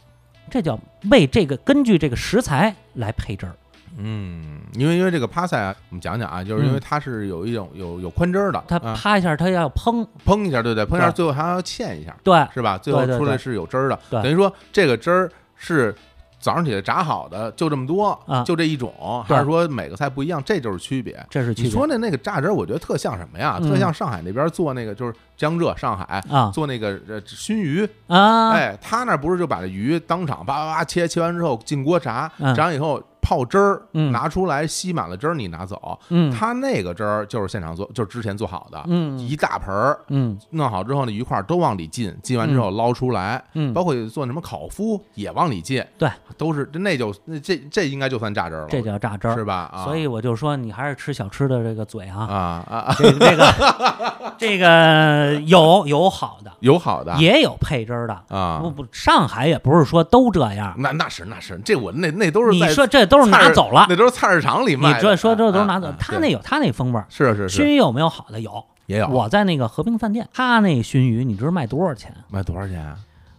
这叫为这个根据这个食材来配汁儿。嗯，因为因为这个趴菜啊，我们讲讲啊，就是因为它是有一种有有宽汁儿的，嗯它啊啪一下，它要烹，烹一下，对对，烹一下，对最后还要芡一下，对是吧？最后对对出来对是有汁儿的，对等于说这个汁儿是早上起来炸好的就这么多啊就这一种，对还是说每个菜不一样，这就是区别。这是区你别说那那个榨汁儿，我觉得特像什么呀？嗯特像上海那边做那个，就是江浙上海啊做那个呃熏鱼，啊，哎，他那不是就把这鱼当场叭叭叭切，切完之后进锅炸，嗯炸完以后泡汁儿，嗯拿出来吸满了汁儿，你拿走。嗯他那个汁儿就是现场做，就是之前做好的，嗯一大盆儿嗯弄好之后，那鱼块儿都往里进，进完之后捞出来，嗯，包括做什么烤麸也往里进，对，都是那就那这这应该就算榨汁儿了，这叫榨汁儿是。吧？啊，所以我就说，你还是吃小吃的这个嘴啊，啊啊 啊，这这个这个有有好的，有好的也有配汁儿的。啊不，不，上海也不是说都这样。那那是那是，这我那那都是你在说这都菜是拿市走了，那都是菜市场里卖你的，这说这都啊是拿走啊，他对那有他那风味儿。是是熏是鱼有没有好的？有。也有，我在那个和平饭店，他那熏鱼，你知道卖多少钱？卖多少钱啊？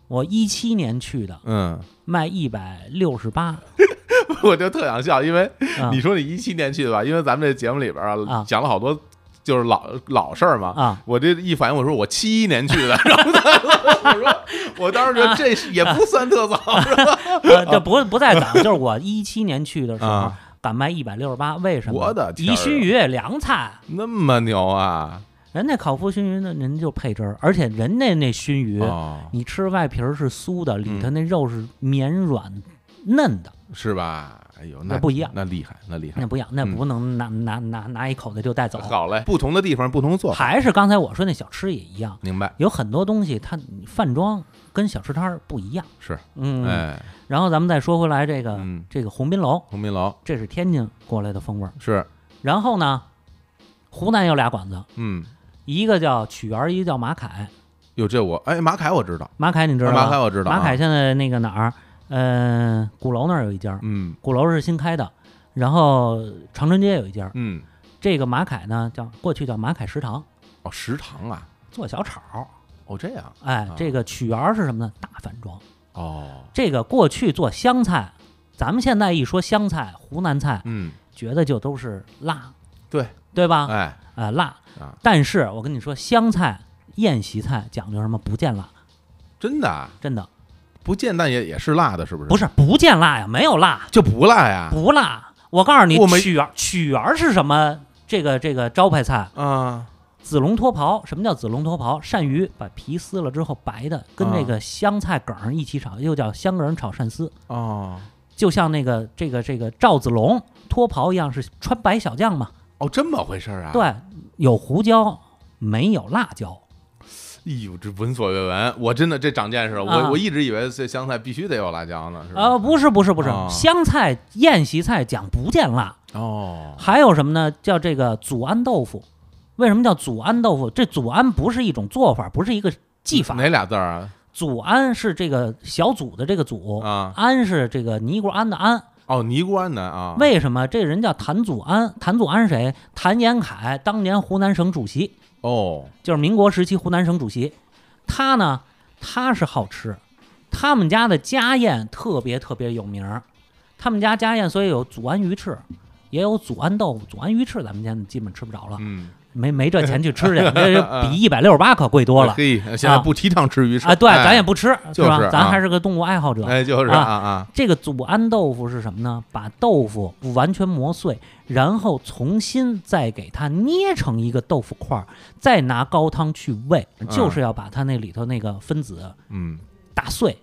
我一七年去的，嗯， 卖一百六十八。我就特想笑，因为啊 你说你一七年去的吧，因为咱们这节目里边啊啊讲了好多就是老老事儿嘛。啊，我这一反应，我说我七一年去的， 然后我说我当时觉得这是也不算特早， 是吧呃，这不不在咱们，就是我一七年去的时候啊，敢卖一百六十八，为什么？我的天儿啊一熏鱼凉菜，那么牛啊！人那烤麸熏鱼呢，人就配汁儿，而且人那那熏鱼，哦，你吃外皮儿是酥的，里头嗯那肉是绵软嫩的，是吧？哎呦，那不一样那厉害，那厉害那，不一样，那不能拿拿拿拿一口袋就带走。嗯好嘞，不同的地方不同做法，还是刚才我说那小吃也一样，明白？有很多东西它饭庄跟小吃摊儿不一样。是，嗯，哎，然后咱们再说回来这个、嗯这个红宾楼，鸿宾楼这是天津过来的风味儿。是，然后呢，湖南有俩馆子，嗯，一个叫曲园儿，一个叫马凯。哟，这我哎，马凯我知道，马凯你知道哎吧？马凯我知道，马凯啊，现在那个哪儿？呃，鼓楼那儿有一家，嗯鼓楼是新开的。然后长春街有一家，嗯，这个马凯呢叫过去叫马凯食堂，哦，食堂啊，做小炒儿。哦这样，哎啊，这个曲园儿是什么呢？大饭庄。哦，这个过去做湘菜，咱们现在一说湘菜、湖南菜，嗯，觉得就都是辣，对对吧？啊、哎，辣啊。但是我跟你说，湘菜、宴席菜讲究什么？不见辣，真的啊真的不见但也也是辣的，是不是？不是不见辣呀，没有辣，就不辣呀，不辣。我告诉你我，没曲园曲园是什么？这个这个招牌菜，啊，紫龙脱袍。什么叫紫龙脱袍？鳝鱼把皮撕了之后白的，跟那啊个湘菜梗儿一起炒，又叫香梗炒鳝丝。哦就像那个这个这个赵子龙脱袍一样，是穿白小将嘛？哦，这么回事儿啊？，对，有胡椒，没有辣椒。哎呦，这闻所未闻，我真的这长见识了，我啊我一直以为这香菜必须得有辣椒呢，是吧？呃，不是不是不是哦，湘菜宴席菜讲不见辣，哦，还有什么呢？叫这个祖安豆腐。为什么叫祖安豆腐？这祖安不是一种做法，不是一个技法。哪俩字儿啊？祖安是这个小祖的这个祖，啊，安是这个尼姑庵的庵。哦，尼姑庵的啊，为什么这人叫谭祖安？谭祖安是谁？谭延闿当年湖南省主席。哦，就是民国时期湖南省主席，他呢，他是好吃，他们家的家宴特别特别有名儿，他们家家宴所以有祖安鱼翅，也有祖安豆腐，祖安鱼翅咱们现在基本吃不着了，嗯，没没这钱去吃去， 这就比一百六十八可贵多了嘿，现在不提倡吃鱼翅啊！对，哎咱也不吃，就是吧？啊咱还是个动物爱好者。哎，就是啊啊，这个祖安豆腐是什么呢？把豆腐完全磨碎，然后重新再给它捏成一个豆腐块儿，再拿高汤去煨，就是要把它那里头那个分子嗯，打碎，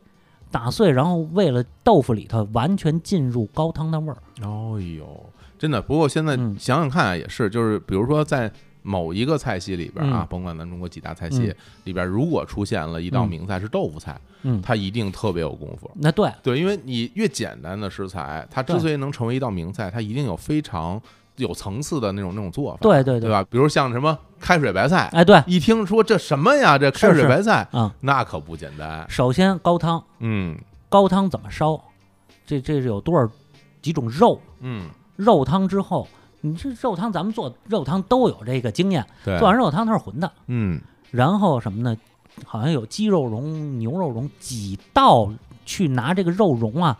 打碎，然后为了豆腐里头完全进入高汤的味儿。哦呦，真的。不过现在嗯想想看啊，也是，就是比如说在某一个菜系里边啊，嗯甭管咱中国几大菜系嗯里边，如果出现了一道嗯名菜是豆腐菜，嗯，它一定特别有功夫。那对，对，因为你越简单的食材，它之对所以能成为一道名菜，它一定有非常有层次的那种那种做法，对对对，吧？比如像什么开水白菜，哎对，一听说这什么呀，这开是水是白菜，嗯那可不简单。首先高汤，嗯高汤怎么烧？这这是有多少几种肉？嗯，肉汤之后，你这肉汤咱们做肉汤都有这个经验，对做，完肉汤它是浑的。嗯然后什么呢？好像有鸡肉蓉、牛肉蓉，几道去拿这个肉蓉啊，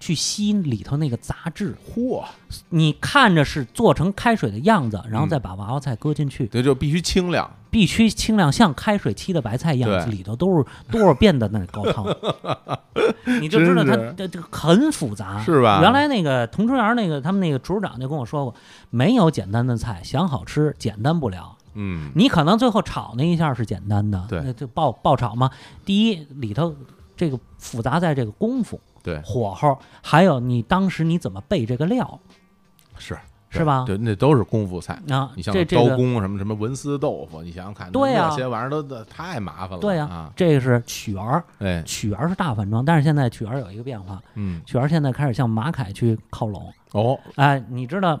去吸里头那个杂质。嚯，嗯你看着是做成开水的样子，然后再把娃娃菜搁进去，对，就必须清亮。必须清亮，像开水沏的白菜一样，对里头都是多少遍的那高 汤，你就知道它真是这这个很复杂，是吧原来那个同春园那个他们那个厨师长就跟我说过，没有简单的菜，想好吃简单不了。嗯，你可能最后炒那一下是简单的，对那就爆爆炒嘛。第一里头这个复杂在这个功夫、对，火候，还有你当时你怎么备这个料是是吧对，那都是功夫菜。啊？你像这这刀个工什么什么文思豆腐，你想想看，对呀那些玩意儿都都太麻烦了。对呀、啊，这个是曲儿，哎，曲儿是大反庄，但是现在曲儿有一个变化，嗯，曲儿现在开始向马凯去靠拢。哦，哎，你知道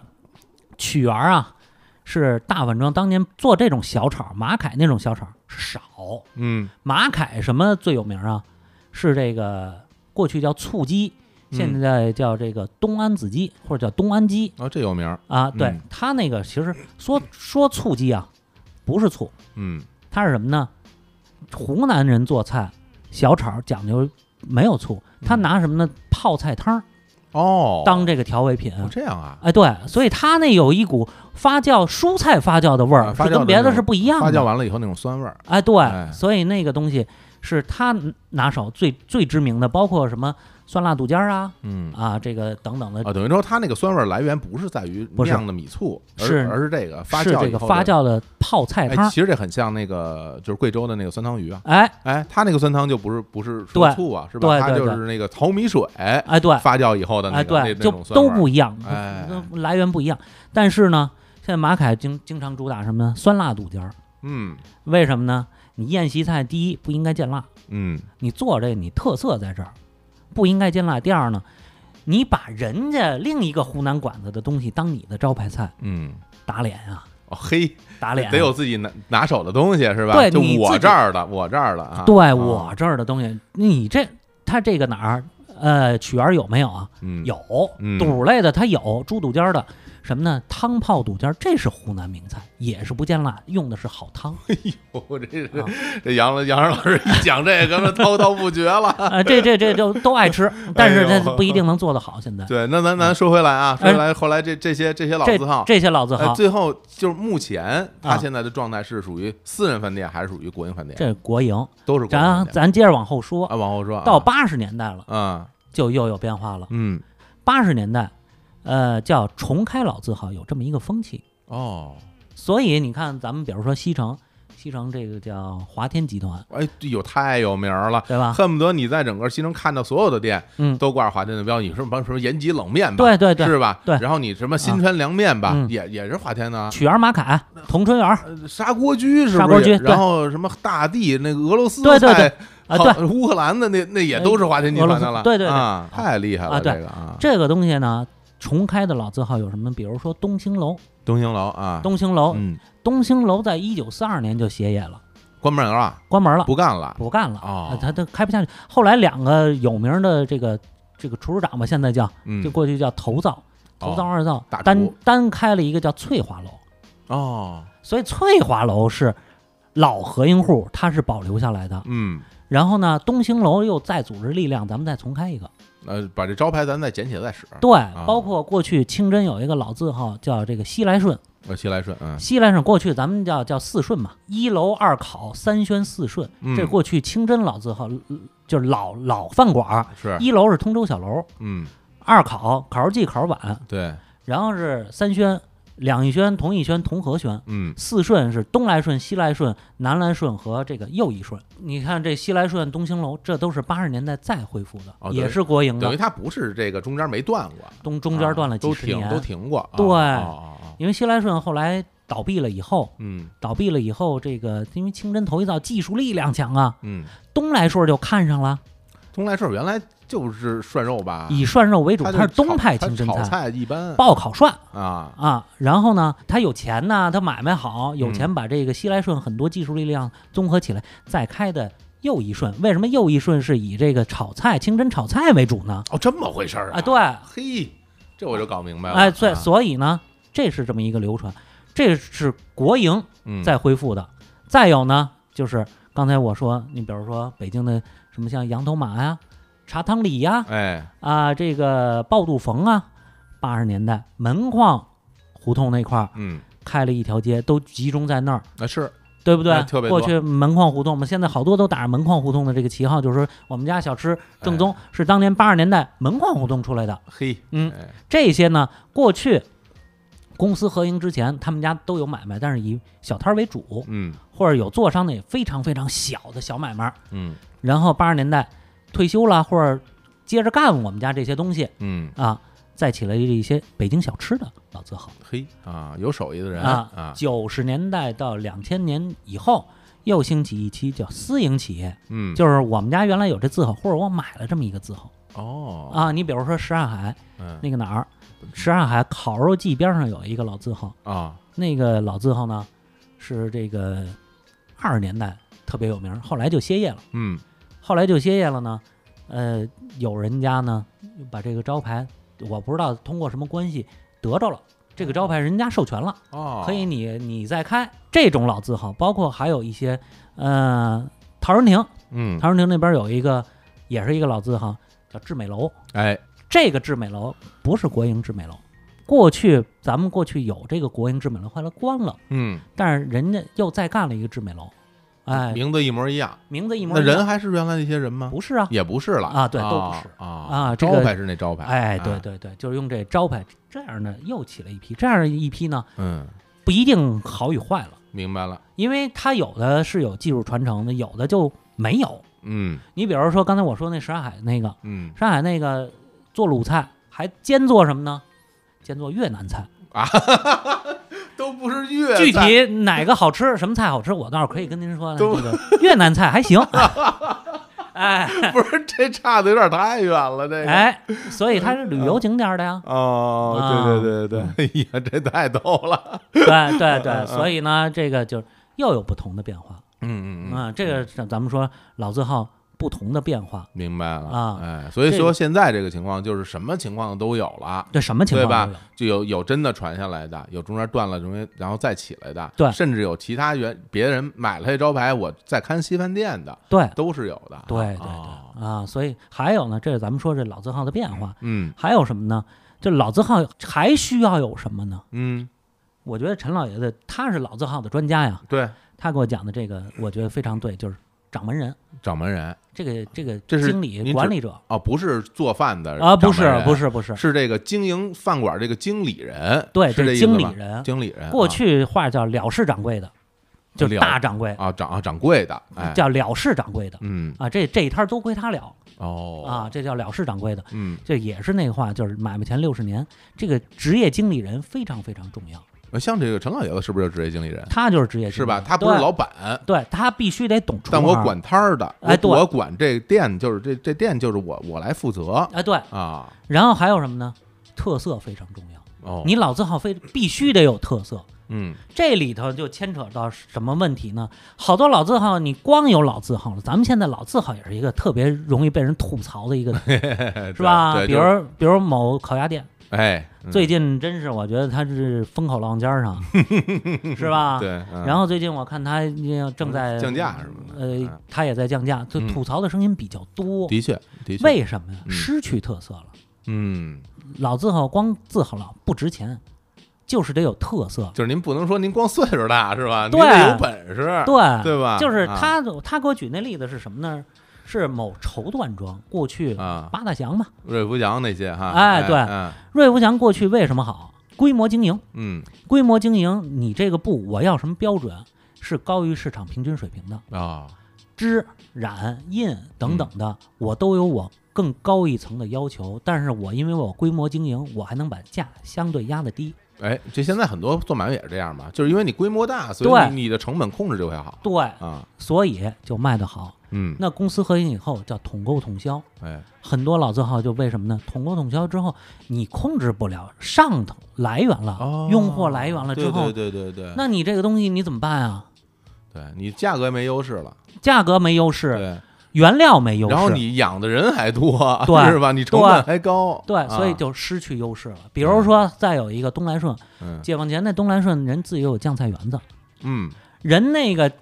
曲儿啊，是大反庄当年做这种小炒，马凯那种小炒是少。嗯，马凯什么最有名啊？是这个过去叫醋鸡，嗯现在叫这个东安子鸡或者叫东安鸡哦，这有名儿，啊。对、嗯他那个其实说说醋鸡啊，不是醋，嗯，它是什么呢？湖南人做菜小炒讲究没有醋，他嗯拿什么呢？泡菜汤儿哦，当这个调味品。哦这样啊，哎，对，所以它那有一股发酵蔬菜发酵的味啊儿，发是酵的跟别那的种是不一样的。发酵完了以后那种酸味儿，哎，对，哎所以那个东西是他拿手最最知名的，包括什么酸辣肚尖儿啊嗯。啊，这个等等的，啊，等于说它那个酸味儿来源不是在于不是酿的米醋，而是而是这个发是酵这以个后发的。酵的泡菜汤哎，儿。其实这很像那个就是贵州的那个酸汤鱼啊，哎哎，它那个酸汤就不是不是说对醋啊，是吧？对它对就对是那个淘米水哎，对，发酵以后的那哎个那对，就那种酸都味儿不一样，哎都来源不一样。但是呢，现在马凯经经常主打什么呢？酸辣肚尖儿，嗯为什么呢？你宴席菜第一不应该见辣，嗯你做这你特色在这儿，不应该见辣。第二呢，你把人家另一个湖南馆子的东西当你的招牌菜，嗯，打脸啊！哦嘿，打脸啊、得有自己拿拿手的东西是吧？对就你我自己这儿的，我这儿的啊，对啊我这儿的东西，你这它这个哪儿？呃，曲儿有没有啊？嗯有嗯，肚类的它有，猪肚尖儿的什么呢？汤泡肚尖儿，这是湖南名菜，也是不见辣，用的是好 汤 我这是啊这杨了杨老师一讲这个，那滔滔不绝了。啊、这这这都都爱哎吃，但是它不 一定能做得好。现在对，那咱咱说回来啊，说回来后来这这些这些老字号这，这些老字哎，号，最后就是目前他啊现在的状态是属于私人饭店还是属于国营饭店？这国营，都是国营咱饭店。咱接着往后说，啊，往后说啊到八十年代了嗯就又有变化了。嗯八十年代，呃，叫重开老字号，有这么一个风气。哦，所以你看，咱们比如说西城，西城这个叫华天集团，哎，这有太有名儿了。对吧？恨不得你在整个西城看到所有的店，啊嗯都挂着华天的标，你说帮什么延吉冷面吧，对对对，是吧？对啊然后你什么新川凉面吧，嗯也也是华天的啊，曲儿马凯、铜春园儿呃砂锅居是不是也？砂锅居对然后什么大地那个俄罗斯对对对菜啊，好对乌克兰的那那也都是华天集俄罗团斯的了，对对对啊，太厉害了啊对这个啊，这个东西呢，重开的老字号有什么？比如说东兴楼，东兴楼啊，东兴楼，嗯，东兴楼在一九四二年就歇业了，关门了，关门了，不干了，不干了，哦呃他他开不下去。后来两个有名的这个这个厨师长吧，现在叫嗯就，过去叫头灶、头灶哦二灶大，单厨单开了一个叫翠华楼，哦，所以翠华楼是老合营户，它是保留下来的。嗯，然后呢，东兴楼又再组织力量，咱们再重开一个。呃，把这招牌咱再捡起来再使，对，啊包括过去清真有一个老字号叫这个西来顺，呃，西来顺，嗯，西来顺过去咱们叫叫四顺嘛，一楼二烤三轩四顺，嗯这过去清真老字号呃就是老老饭馆儿，是，一楼是通州小楼，嗯，二烤烤肉季、烤肉碗，对，然后是三轩、两义轩、同义轩、同和轩。嗯，四顺是东来顺、西来顺、南来顺和这个右一顺。你看这西来顺、东兴楼，这都是八十年代再恢复的，哦也等于是国营等于的。它不是这个中间没断过，嗯中中间断了啊几都十停年，都停过，啊对哦哦哦因为西来顺后来倒闭了以后，嗯倒闭了以后，这个因为清真头一造技术力量强啊，嗯，东来顺就看上了，东来顺原来就是涮肉吧，以涮肉为主，它它是东派啊炒清真它炒菜，菜一般爆烤涮啊，啊。然后呢，他有钱呐，他买卖好，有嗯钱把这个西来顺很多技术力量综合起来，再开的又一顺。为什么又一顺是以这个炒菜清真炒菜为主呢？哦，这么回事儿啊，，对，嘿，这我就搞明白了，哎，所以啊所以呢，这是这么一个流传，这是国营嗯再恢复的。再有呢，就是刚才我说，你比如说北京的什么像羊头马呀、茶汤里呀、哎，啊，这个爆肚冯啊，八十年代门框胡同那块儿嗯，开了一条街，都集中在那儿，那是对不对？哎特别多过去门框胡同嘛，现在好多都打着门框胡同的这个旗号，就是说我们家小吃正哎宗、是当年八十年代门框胡同出来的。嘿，嗯哎，这些呢，过去公私合营之前，他们家都有买卖，但是以小摊儿为主，嗯或者有做商的也非常非常小的小买卖。嗯然后八十年代退休了，或者接着干我们家这些东西嗯，啊，再起了一些北京小吃的老字号。嘿啊，有手艺的人啊啊，九十年代到两千年以后，又兴起一期叫私营企业，嗯，就是我们家原来有这字号，或者我买了这么一个字号哦，啊。你比如说什刹海嗯那个哪儿，什刹海烤肉季边上有一个老字号，啊，那个老字号呢是这个二十年代特别有名，后来就歇业了。嗯后来就歇业了呢，呃，有人家呢把这个招牌，我不知道通过什么关系得着了。这个招牌人家授权了，哦，可以你你再开这种老字号，包括还有一些，呃，陶然亭，嗯，陶然亭那边有一个也是一个老字号，叫致美楼。哎，这个致美楼不是国营致美楼，过去咱们过去有这个国营致美楼，后来关了，嗯，但是人家又再干了一个致美楼，哎，名字一模一样，名字一模那一样人还是原来那些人吗？不是啊，也不是了啊对都不是啊啊这招个牌是那招牌，哎，对，对对，就是用这招牌，这样呢又起了一批，这样一批呢嗯，不一定好与坏了，明白了，因为它有的是有技术传承的，有的就没有。嗯你比如说刚才我说那上海那个，嗯上海那个做鲁菜还兼做什么呢？兼做越南菜，啊，哈哈哈都不是粤具菜体哪个好吃，什么菜好吃，我倒是可以跟您说，都这个越南菜 还行。哎不是这差的有点太远了，这个。哎，所以它是旅游景点的呀。啊哦，对对对对对，哎呀，这太逗了。对对对，嗯所以呢，这个就又有不同的变化。嗯嗯嗯，啊，这个咱咱们说老字号不同的变化，明白了啊哎，所以这说个现在这个情况就是什么情况都有了。对什么情对况吧都有？就有有真的传下来的，有中间断了，中间然后再起来的，对甚至有其他原别人买了这招牌，我再看西饭店的，对都是有的。对对哦对啊，所以还有呢，这是咱们说这老字号的变化，嗯还有什么呢？这老字号还需要有什么呢？嗯，我觉得陈老爷子他是老字号的专家呀，对，他给我讲的这个，我觉得非常对，就是掌门人掌门人这个这个这是经您理指管理者哦，不是做饭的啊，不掌门是人不，是不是，是这个经营饭馆这个经理人，对，是这这意思经理吧人，经理人，啊过去话叫了事掌柜的，就是了大掌柜，啊啊掌啊掌柜的，哎，叫了事掌柜的嗯啊，这这一摊儿都归他了哦啊，，这叫了事掌柜的。嗯，这也是那话，就是买卖前六十年，这个职业经理人非常非常重要，像这个陈老爷子是不是就职业经理人？他就是职业嗯经理人是吧？他不是对老板，对他必须得懂厨但我行管摊儿的，哎我对我管这店就是这这店就是我我来负责哎对，啊。然后还有什么呢？特色非常重要，哦，你老字号非必须得有特色， 嗯这里头就牵扯到什么问题呢？好多老字号，你光有老字号了，咱们现在老字号也是一个特别容易被人吐槽的一个， 是吧？对比就如是比如某烤鸭店，哎，嗯最近真是我觉得他是风口浪尖儿 上，是吧？对，嗯啊然后最近我看他也正在降价什么的呃嗯，他也在降价，就嗯吐槽的声音比较多。的确的确，为什么呀？嗯失去特色了。嗯，老字号光字号老不值钱，就是得有特色。就是您不能说您光岁数大是吧？对您得有本事，对对吧就是啊他他给我举那例子是什么呢？是某绸缎庄过去啊，八大祥嘛，瑞福祥那些哈，哎对嗯瑞福祥过去为什么好？规模经营，嗯规模经营，你这个布我要什么标准是高于市场平均水平的。啊，织、染、印等等嗯的，我都有我更高一层的要求。但是我因为我规模经营，我还能把价相对压得低。哎，这现在很多做买卖也是这样嘛，就是因为你规模大，所以对你你的成本控制就会好对，啊，所以就卖得好。嗯，那公司合营以后叫统购统销，哎，很多老字号就为什么呢？统购统销之后，你控制不了上头来源了，哦用货来源了之后，对对对对对，那你这个东西你怎么办啊？对你价格没优势了，价格没优势，对。原料没优势，然后你养的人还多，对 是吧？你成本还高，对，所以啊就失去优势了。比如说，再有一个东来顺，嗯解放前那东来顺人自己有酱菜园子，嗯人那个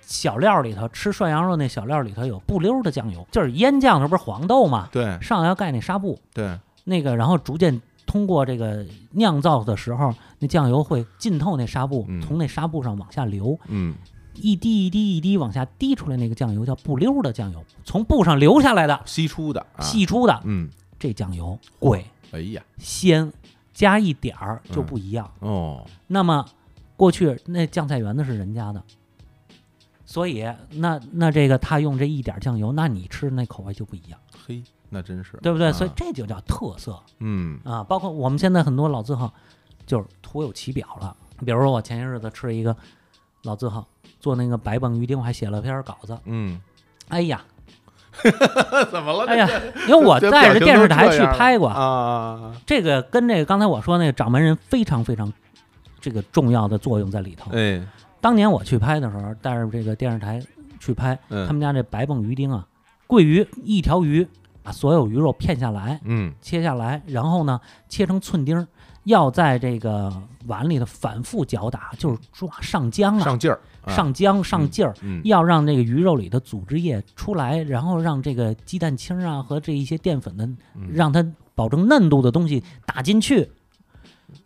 小料里头吃涮羊肉那小料里头有不溜儿的酱油，就是腌酱的不是黄豆嘛，对上来要盖那纱布，对，那个然后逐渐通过这个酿造的时候，那酱油会浸透那纱布嗯，从那纱布上往下流，嗯，一滴一滴一滴往下滴出来那个酱油叫不溜儿的酱油，从布上流下来的析出的，啊，析出的嗯，这酱油贵哎呀，鲜，加一点儿就不一样。哦，那么过去那酱菜园子是人家的，所以那那这个他用这一点酱油，那你吃那口味就不一样，嘿，那真是，对不对？啊所以这就叫特色嗯啊！包括我们现在很多老字号就是徒有其表了。比如说我前些日子吃一个老字号做那个白蹦鱼丁，我还写了篇稿子。嗯，哎呀， 怎么了？哎呀，因为我这带着表情电都视台这去样了拍过，啊，这个跟这个刚才我说那个掌门人非常非常这个重要的作用在里头。哎，当年我去拍的时候，带着这个电视台去拍，他嗯们家这白蹦鱼丁啊，桂鱼一条鱼把所有鱼肉片下来，嗯，切下来，然后呢切成寸丁儿，要在这个碗里头反复搅打，就是抓上浆啊，上劲儿，啊，上浆上劲儿。嗯，要让这个鱼肉里的组织液出来，然后让这个鸡蛋清啊和这一些淀粉的嗯让它保证嫩度的东西打进去，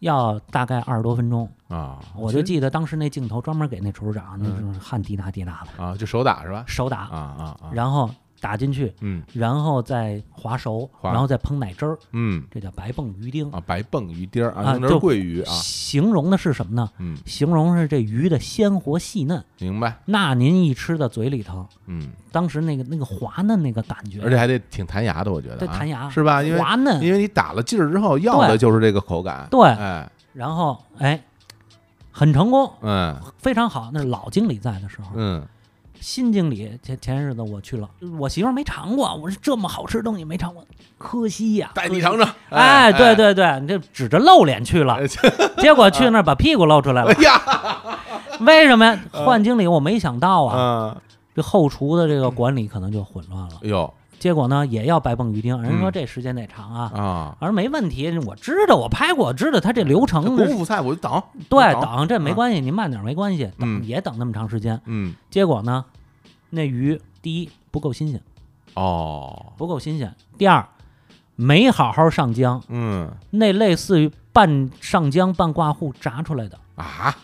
要大概二十多分钟。啊，我就记得当时那镜头专门给那厨师长，那嗯就是汗滴答滴答的，啊，就手打是吧？手啊打，啊啊，然后打进去，嗯然后再划熟，划然后再烹奶汁儿，嗯这叫白蹦鱼丁。啊，白蹦鱼丁儿啊啊，用点就桂鱼啊，形容的是什么呢？嗯，形容是这鱼的鲜活细嫩，明白，那您一吃到嘴里头，嗯，当时那个那个滑嫩那个感觉，而且还得挺弹牙的，我觉得对啊弹牙是吧？因为滑嫩，因为你打了劲儿之后，要的对就是这个口感，对哎，然后哎，很成功，嗯非常好。那是老经理在的时候，嗯新经理前前些日子我去了，我媳妇儿没尝过，我说这么好吃的东西没尝过，可惜呀、带可你惜尝。尝，哎，对，对对，你这指着露脸去了，结果去那儿把屁股露出来了。哎呀，为什么呀？换经理我没想到啊，嗯，这后厨的这个管理可能就混乱了。哎呦结果呢，也要白蹦鱼丁，人说嗯这时间得长啊。啊，我说没问题，我知道，我拍过，我知道他这流这程功夫菜我就等，对，等等这没啊关系，您慢点没关系，嗯等也等那么长时间。嗯，结果呢，那鱼第一不够新鲜，哦，不够新鲜；第二没好好上浆，嗯那类似于半上浆半挂糊炸出来的，啊，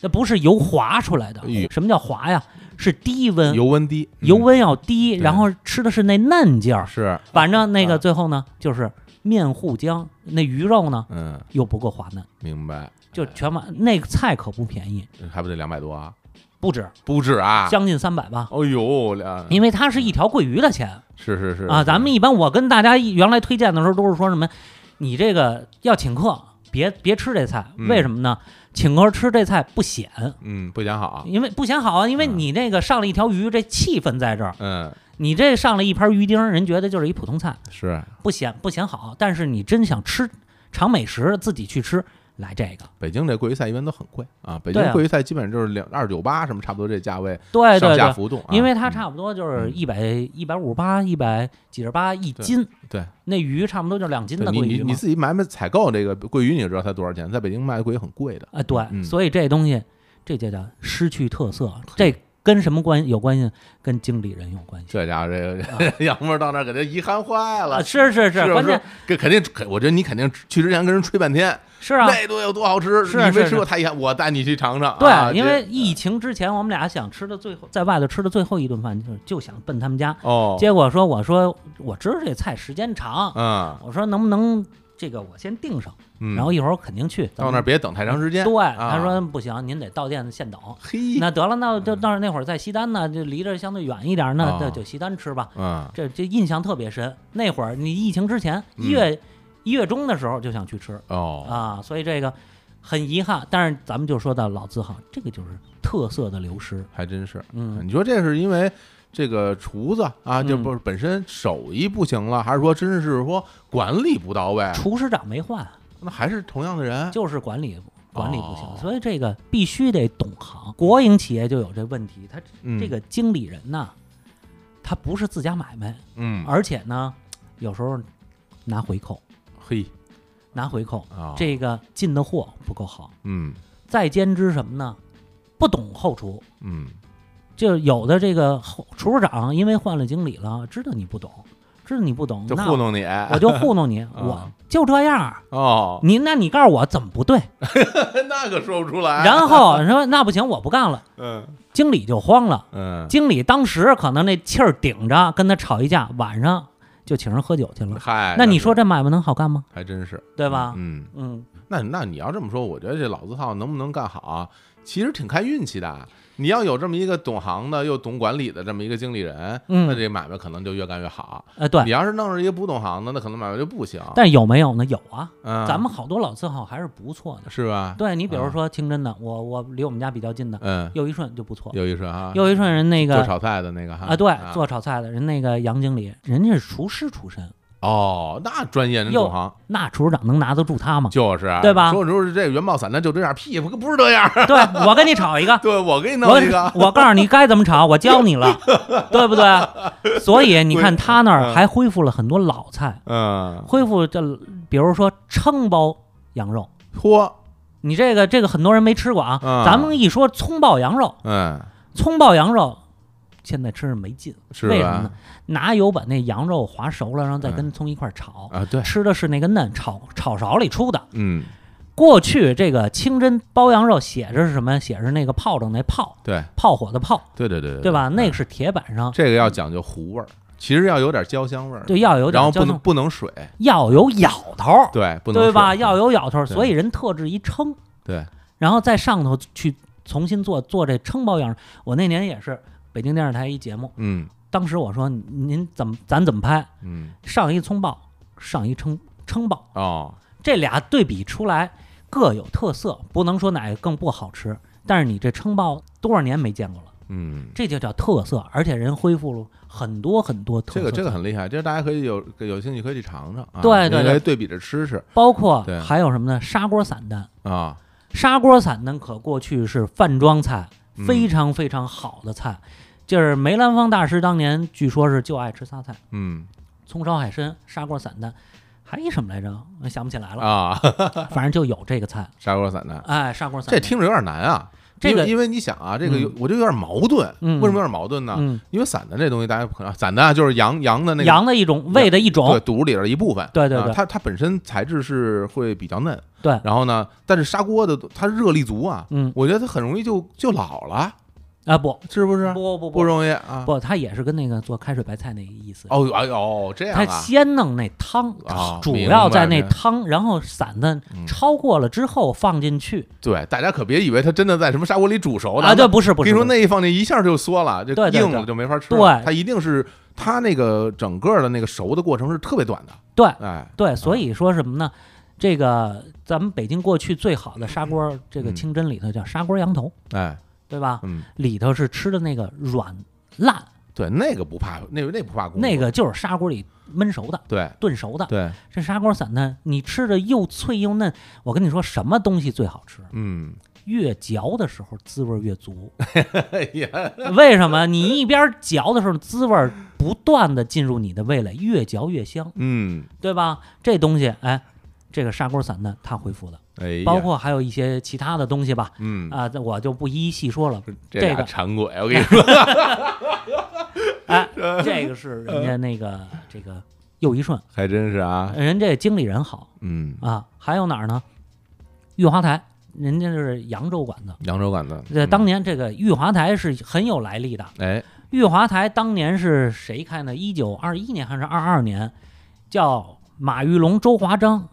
那不是油滑出来的哎呦。什么叫滑呀？是低温，油温低，嗯油温要低，对然后吃的是那嫩劲儿。是，反正那啊个最后呢，就是面糊浆，那鱼肉呢嗯，又不够滑嫩，明白，就全完。那个菜可不便宜，还不得两百多啊？不止，不止啊，将近三百吧。哦呦，两因为它是一条桂鱼的钱是是是啊。咱们一般我跟大家一原来推荐的时候都是说什么，你这个要请客，别别吃这菜，嗯为什么呢？请客吃这菜不显，嗯不讲好，因为不显好啊，因为嗯你那个上了一条鱼，这气氛在这儿，嗯你这上了一盘鱼丁儿，人觉得就是一普通菜，是不显不显好。但是你真想吃尝美食，自己去吃，来这个，北京这桂鱼菜一般都很贵啊，北京对啊桂鱼菜基本就是两二九八什么差不多这价位对上对下对。浮动啊，因为它嗯差不多就是嗯一百一百五十八、一百几十八一斤，对，那鱼差不多就两斤对的你桂你鱼嘛。你自己买买采购这个桂鱼，你就知道它多少钱，在北京卖的桂鱼很贵的，啊，对，嗯所以这东西这就叫失去特色，这跟什么关有关系？跟经理人有关系。这家伙这 个杨波到那儿给他遗憾坏啊，了。是是是，不关键这肯定，肯我觉得你肯定去之前跟人吹半天，是啊，那东西有多好吃，是你没是吃过太遗憾，我带你去尝尝。啊对，因这为疫情之前我们俩想吃的最后，在外头吃的最后一顿饭，就是就想奔他们家，哦，结果说我说我知道这菜时间长，嗯我说能不能这个我先定上，嗯，然后一会儿我肯定去，咱到们那儿别等太长时间。对，啊嗯他说不行，您得到店现等。嘿，那得了，那就到那会儿在西单呢，就离着相对远一点，那啊那就西单吃吧。嗯这这印象特别深。那会儿你疫情之前，嗯一月一月中的时候就想去吃哦，啊，所以这个很遗憾。但是咱们就说到老字号，这个就是特色的流失。还真是。嗯，你说这是因为这个厨子啊，就嗯不是本身手艺不行了，还是说真是说管理不到位？厨师长没换，那还是同样的人，就是管理管理不哦行，所以这个必须得懂行。国营企业就有这问题，他嗯这个经理人呐，他不是自家买卖，嗯，而且呢，有时候拿回扣，嘿拿回扣，啊，这个进的货不够好。嗯再兼之什么呢？不懂后厨，嗯就有的这个后厨师长因为换了经理了，知道你不懂，知道你不懂，就那糊弄啊你我就糊弄你，我就这样儿。哦，哎你那你告诉我怎么不对？那可说不出来。然后说那不行，我不干了。嗯经理就慌了，嗯，经理当时可能那气儿顶着，跟他吵一架，晚上就请人喝酒去了。嗨，那你是说这买卖能好干吗？还真是对吧？嗯，嗯，那那你要这么说，我觉得这老字号能不能干好啊，其实挺看运气的。你要有这么一个懂行的又懂管理的这么一个经理人，嗯那这买卖可能就越干越好。呃，对你。要是弄着一个不懂行的，那可能买卖就不行。但有没有呢？有啊，嗯，咱们好多老字号还是不错的。是吧？对你比如啊说清真的，我我离我们家比较近的嗯，又一顺就不错。又一顺啊，又一顺人那做个炒菜的那个哈啊，对，做炒菜的人那个杨经理，人家是厨师出身，哦，那专业人又懂行？那厨师长能拿得住他吗 就是啊对吧说就是这元宝散弹就这样，屁股不是这样。对我跟你吵一个，对我给你我弄一个，我告诉你该怎么炒，我教你 了，对不对？所以你看他那儿还恢复了很多老菜，嗯，恢复这比如说熝包羊肉，嚯，你这个这个很多人没吃过啊。嗯咱们一说葱爆羊肉，嗯，葱爆羊肉现在吃着没劲，是为什么呢吧？？嗯拿油把那羊肉划熟了，然后再跟葱一块儿炒，啊，对，吃的是那个嫩，炒炒勺里出的。嗯，过去这个清真包羊肉写着是什么？写着那个炮仗那炮，对，炮火的炮，对对对对吧？那个嗯是铁板上这个要讲究糊味儿，其实要有点焦香味儿，就要有然后不点交能通，不能水，要有咬头，对，不能对吧？水要有咬头，对所以人特制一撑，对，然后在上头去重新做做这撑包羊肉。我那年也是北京电视台一节目，嗯当时我说您怎么咱怎么拍？嗯上一葱爆，上一撑撑爆，哦，这俩对比出来各有特色，不能说哪个更不好吃。但是你这撑爆多少年没见过了。嗯。这就叫特色，而且人恢复了很多很多特色。 这个 这个很厉害，这大家可以有有兴趣可以去尝尝啊，对对你可以对对比着吃吃包括对还有什么呢？砂锅散蛋，啊，砂锅散蛋可过去是饭庄菜，嗯非常非常好的菜。就是梅兰芳大师当年据说是就爱吃仨菜：嗯葱烧海参、砂锅散蛋，还一什么来着？我想不起来了。啊，反正就有这个菜。砂锅散弹，哎，砂锅散这蛋。听着有点难啊。这因为个因为你想啊，这个嗯有我就有点矛盾，嗯为什么有点矛盾呢？嗯，因为散弹这东西大家可能散弹啊就是羊羊啊的那个羊的一种，胃的一对种。肚里边的一部分，对对啊对它它本身材质是会比较嫩，对然后呢，但是砂锅的它热力足啊，嗯我觉得它很容易就就老了，啊，不是不是？不不不不容易啊。不，它也是跟那个做开水白菜那个意思。哦，哎呦，这样他啊，先弄那汤啊，主明要白在那明白汤，然后散的嗯超过了之后放进去对，大家可别以为它真的在什么砂锅里煮熟的啊，对，不是不跟是，你说不是哦那一放进一下就缩了，就对对硬了对就没法吃了。对它一定是它那个整个的那个熟的过程是特别短的，对哎，对，所以说什么呢？这个咱们北京过去最好的砂锅，这个嗯清真里头叫砂锅羊头，哎，对吧？嗯，哦里头是吃的那个软烂，对，那个不怕，那个那不怕功夫，那个就是砂锅里焖熟的、对炖熟的。对，这砂锅散呢，你吃着又脆又嫩。我跟你说，什么东西最好吃？嗯，越嚼的时候滋味越足。 哎呀， 为什么？你一边嚼的时候，滋味儿不断的进入你的味蕾，越嚼越香，嗯，对吧？这东西，哎，这个砂锅散呢，它恢复的，哎呀，包括还有一些其他的东西吧，嗯啊、这我就不一一细说了。这这俩个馋鬼，我跟你 说， 哎，这个是人家那个这个又一顺，还真是啊，人这经理人好嗯，啊。还有哪儿呢？玉华台，人家就是扬州馆子。扬州馆子，这嗯当年这个玉华台是很有来历的，啊哎，玉华台当年是谁开呢？一九二一年还是二二年？叫马玉龙、周华章，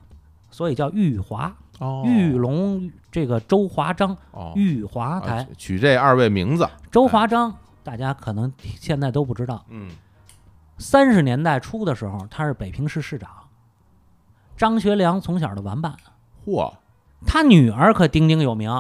所以叫玉华。哦玉龙这个周华章，哦，哎玉华台啊，取这二位名字，周华章，大家可能 现在都不知道。嗯，三十年代初的时候，他是北平市市长，张学良从小的玩伴，嚯，他女儿可鼎鼎有名。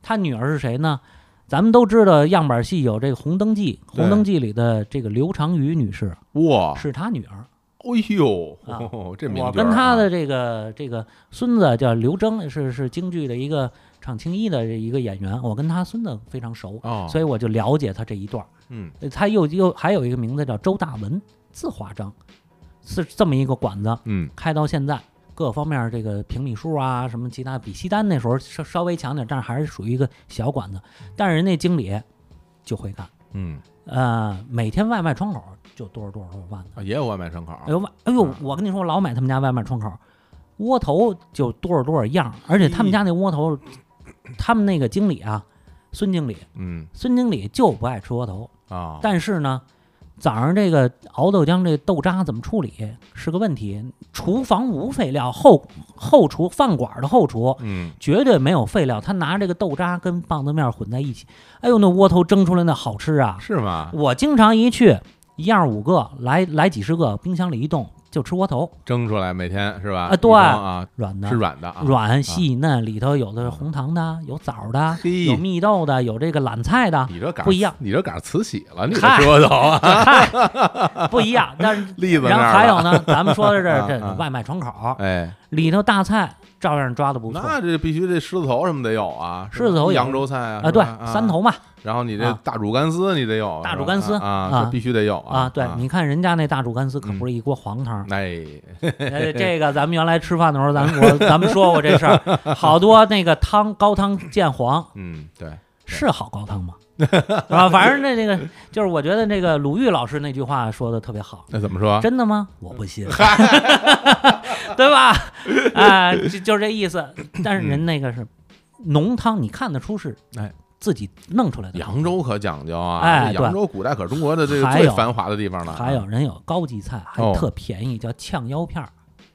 他女儿是谁呢？咱们都知道样板戏有这个《红灯记》，《对哦红灯记》里的这个刘长瑜女士哇，是他女儿。哎呦，啊哦 这名我角儿跟他啊的这个这个孙子叫刘铮，是是京剧的一个唱青衣的一个演员，我跟他孙子非常熟，哦，所以我就了解他这一段儿。嗯，呃他又又还有一个名字叫周大文，字华章，是这么一个馆子，嗯开到现在。各方面这个平米数啊，什么其他比西单那时候稍稍微强点儿，但是还是属于一个小馆子。但是人家经理就会干，嗯，呃，每天外卖窗口就多少多少多少万啊的。也有外卖窗口，哎呦妈！哎呦嗯，我跟你说，我老买他们家外卖窗口，窝头就多少多少样，而且他们家那窝头，他们那个经理啊，孙经理，嗯孙经理就不爱吃窝头，啊，但是呢，早上这个熬豆浆这豆渣怎么处理是个问题。厨房无废料，后后厨饭馆的后厨嗯绝对没有废料，他拿这个豆渣跟棒子面混在一起，哎呦，那窝头蒸出来那好吃啊！是吗？我经常一去，一样五个，来来几十个，冰箱里一冻就吃窝头，蒸出来每天是吧？啊对一缸啊，软的，是软的啊，软细嫩，里头有的是红糖的，有枣的，嘿有蜜豆的，有这个榄 菜的，你这赶上不一样，你这赶上慈禧了，你这嗨说头啊，嗨，不一样。但是栗子那然儿了后还有呢， 咱们说的啊是啊这外卖窗口哎，里头大菜照样抓的不错那这必须这狮子头什么得有啊，是吧狮子头有扬州菜啊，啊，是对吧，三，头嘛然后你这啊大煮干丝你得有，大是吧煮干丝啊啊，啊这必须得有啊，对，你看人家那大煮干丝可嗯不是一锅黄汤， 哎，呃，这个咱们原来吃饭的时候，咱们我咱们说过这事儿，好多那个汤高汤见黄嗯，对，是好高汤吗？ 是吧？反正那这个就是，我觉得那个鲁豫老师那句话说的特别好，那怎么说？真的吗？我不信， 对吧？啊、就就是这意思。但是人那个是浓汤，你看得出是哎自己弄出来的。扬州可讲究啊！哎这扬州古代可是中国的这个还最有繁华的地方了。还有人有高级菜，还哦特便宜，叫炝腰片儿，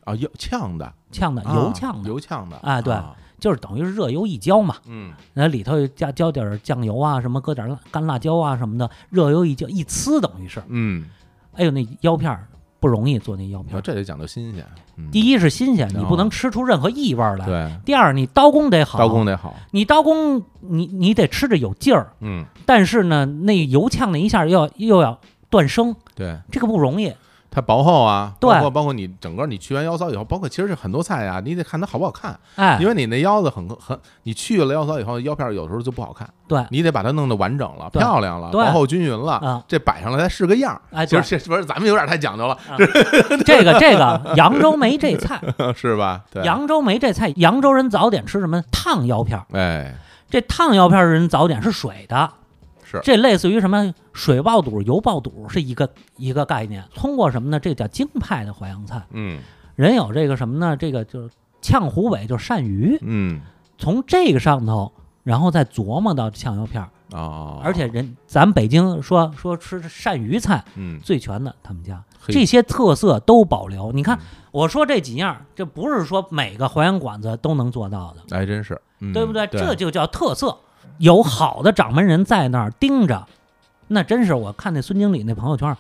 啊，油呛的，炝的啊油炝的，油呛的啊哎对就是等于是热油一浇嘛。嗯，那里头加浇点儿酱油啊，什么搁点儿辣干辣椒啊什么的，热油一浇一呲，等于是，嗯，哎呦，那腰片儿不容易做那腰你片说儿。哦这得讲究新鲜。嗯第一是新鲜，你哦不能吃出任何异味儿来。对，第二，你刀工得好，刀工得好。你刀工你你得吃着有劲儿，嗯，但是呢，那油呛那一下又要又要断生，对，这个不容易。它薄厚啊，对包括包括你整个你去完腰骚以后，包括其实是很多菜啊，你得看它好不好看，哎因，为你那腰子很很，你去了腰骚以后，腰片儿有时候就不好看，对你得把它弄得完整了、对漂亮了、对薄厚均匀了，啊，这摆上来才是个样儿。哎，其对实，这 不是咱们有点太讲究 了，这个这个扬州没这菜，是吧？ 对，扬州没这菜，扬州人早点吃什么烫腰片儿。哎，这烫腰片儿人早点是水的，是这类似于什么水爆肚、油爆肚是一个一个概念。通过什么呢？这叫京派的淮扬菜，嗯人有这个什么呢？这个就是呛湖北，就是鳝鱼，嗯。从这个上头，然后再琢磨到呛腰片儿。哦，而且人咱北京说说吃鳝鱼菜嗯，最全的，他们家嘿这些特色都保留。你看嗯我说这几样儿，这不是说每个淮扬馆子都能做到的。还真是，嗯对不对？对？这就叫特色。有好的掌门人在那儿盯着，那真是我看那孙经理那朋友圈，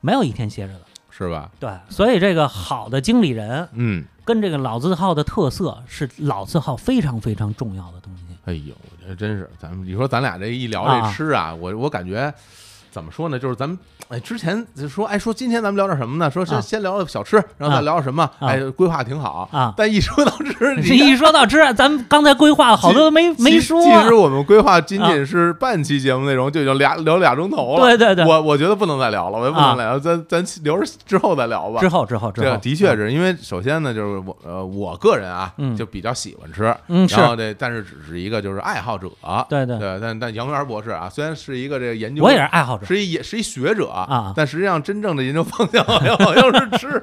没有一天歇着的。是吧？对，所以这个好的经理人嗯，跟这个老字号的特色是老字号非常非常重要的东西。哎呦，这真是，咱们你说咱俩这一聊啊这吃啊，我我感觉怎么说呢？就是咱们哎，之前就说哎，说今天咱们聊点什么呢？说先啊先聊聊小吃，然后再啊聊聊什么？哎，规划挺好啊但一说到 吃，这你看一说到吃，咱们刚才规划了好多都没没其说其啊、实我们规划仅仅是半期节目内容，就已经俩聊俩钟头了。对对对，我我觉得不能再聊了，我也不能再聊，咱咱留着之后再聊吧。之后之后之这后，的确是因为首先呢，就是我呃我个人啊，嗯就比较喜欢吃，嗯是然后这但是只是一个就是爱好者，对对对，但但杨元博士啊，虽然是一个这个研究，我也是 爱好者是一也是一学者啊但实际上真正的研究方 向好像好像是吃，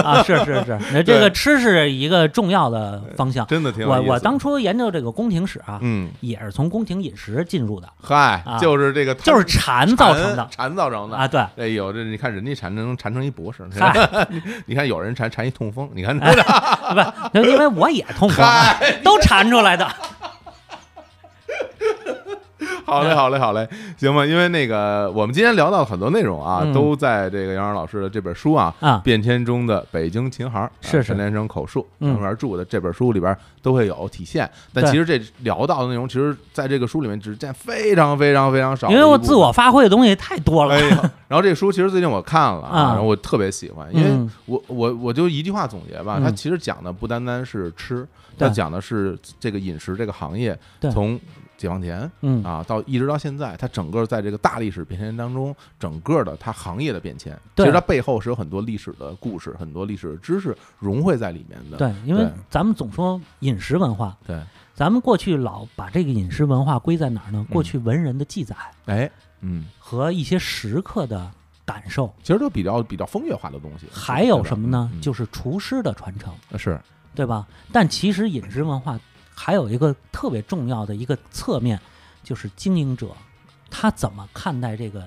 啊，是是是，那这个吃是一个重要的方向。真的挺有我意思我当初研究这个宫廷史啊，嗯，也是从宫廷饮食进入的，嗨，啊就是这个就就是馋造成的馋造成的啊，。对。哎呦，这你看人家馋能馋成一博士，嗨， 你看有人馋馋一痛风， 你看这哎不，因为我也痛风啊，都馋出来的。好嗯嘞，好嘞，好嘞，行吧。因为那个我们今天聊到很多内容啊，嗯都在这个杨洋老师的这本书啊，啊变迁中的北京琴行》啊是是陈连生口述嗯杨元著的这本书里边都会有体现。但对其实这聊到的内容，其实在这个书里面只见非常非常非常 少的因一部分，为我自我发挥的东西太多了哎。呀，然后这个书其实最近我看了，啊然后我特别喜欢，因为嗯我我我就一句话总结吧，嗯它其实讲的不单单是吃，它对讲的是这个饮食这个行业对从解放前嗯啊到一直到现在，它整个在这个大历史变迁当中，整个的它行业的变迁，其对实它背后是有很多历史的故事，很多历史的知识融汇在里面的。对，因为对咱们总说饮食文化，对，咱们过去老把这个饮食文化归在哪儿嗯呢？过去文人的记载哎，嗯，和一些食客的感受，其实都比较比较风月化的东西。还有什么呢？嗯就是厨师的传承，呃是对吧？但其实饮食文化还有一个特别重要的一个侧面，就是经营者他怎么看待这个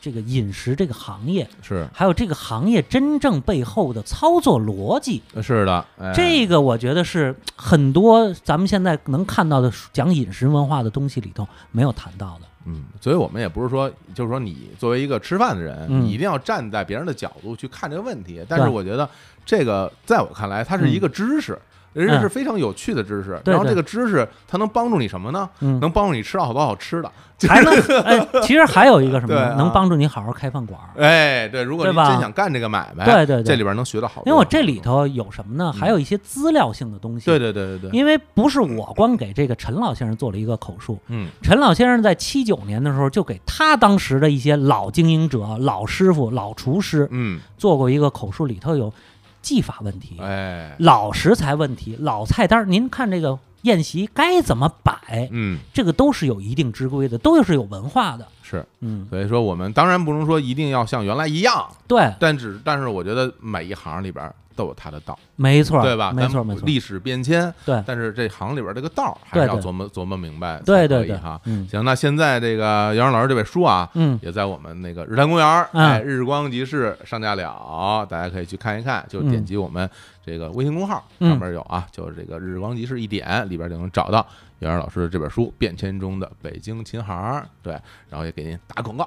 这个饮食这个行业，是还有这个行业真正背后的操作逻辑。是的，哎这个我觉得是很多咱们现在能看到的讲饮食文化的东西里头没有谈到的。嗯，所以我们也不是说，就是说你作为一个吃饭的人，嗯你一定要站在别人的角度去看这个问题。但是对嗯我觉得这个在我看来，它是一个知识。人家是非常有趣的知识，对然后对这个知识它能帮助你什么呢？嗯，能帮助你吃到好多好吃的。还能哎，其实还有一个什么对呢啊？能帮助你好好开饭馆儿。 哎，对，如果你对吧真想干这个买卖，对对对这里边能学到好多。因为我这里，头有什么呢？还有一些资料性的东西。嗯对对对对对，因为不是我光给这个陈老先生做了一个口述，嗯，陈老先生在七九年的时候就给他当时的一些老经营者、老师傅、老厨师嗯，做过一个口述，里头有技法问题、哎，老食材问题、老菜单儿。您看这个宴席该怎么摆，嗯，这个都是有一定之规的，都是有文化的。是，嗯，所以说我们当然不能说一定要像原来一样，对，但只但是我觉得每一行里边都有它的道，没错儿，对吧？没错儿，咱没们错儿，历史变迁，对但是这行里边这个道儿还是对要对琢磨琢磨明白才可以，对对对，哈。 嗯行，那现在这个杨老师这本书啊，嗯， 也在我们那个日坛公园儿，嗯哎，日光集市上架了，大家可以去看一看，就点击我们这个微信公号嗯上面有啊，就是这个日光集市一点里边就能找到杨老师这本书《变迁中的北京琴行儿》，对，然后也给您打广告。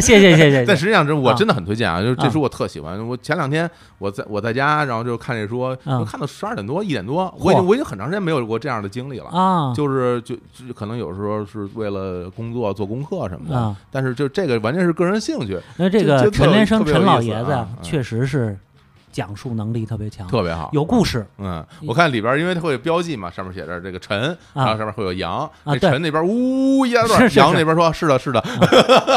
谢谢谢谢但谢谢，实际上，这我啊真的很推荐啊，就是这啊书我特喜欢。我前两天我在我在家，然后就看这书，啊就看到十二点多一点多，我已经嚯我已经很长时间没有过这样的经历了。啊，就是就就可能有时候是为了工作做功课什么的，啊但是就这个完全是个人兴趣，那这这个这特陈连生特别有陈老意思啊爷子啊嗯确实是讲述能力特别强，特别好，有故事。 嗯，我看里边儿因为它会有标记嘛，上面写着这个陈，然后上面会有羊，那啊对陈那边呜一大是段，是是羊那边说是的，是的，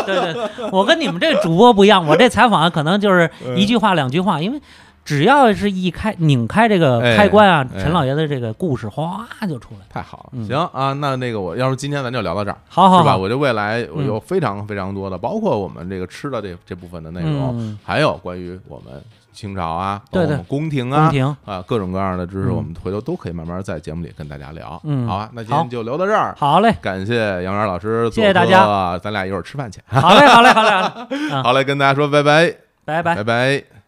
对对，我跟你们这主播不一样，我这采访啊可能 就是嗯一句话两句话，因为只要是一开拧开这个哎开关啊，哎陈老爷子这个故事哗就出来。太好了，嗯行啊，那那个我要是今天咱就聊到这儿，好好是吧？好，我这未来我嗯有非常非常多的，包括我们这个吃的这这部分的内容，嗯，还有关于我们清朝啊，包对括对我们宫廷宫啊。廷，啊，各种各样的知识，嗯我们回头都可以慢慢在节目里跟大家聊。嗯好啊，那今天好就聊到这儿，好嘞，感谢杨元老师做客，谢谢大家咱俩一会儿吃饭去。 好嘞，好嘞，好嘞，好嘞好嘞，跟大家说拜拜，拜拜拜。拜。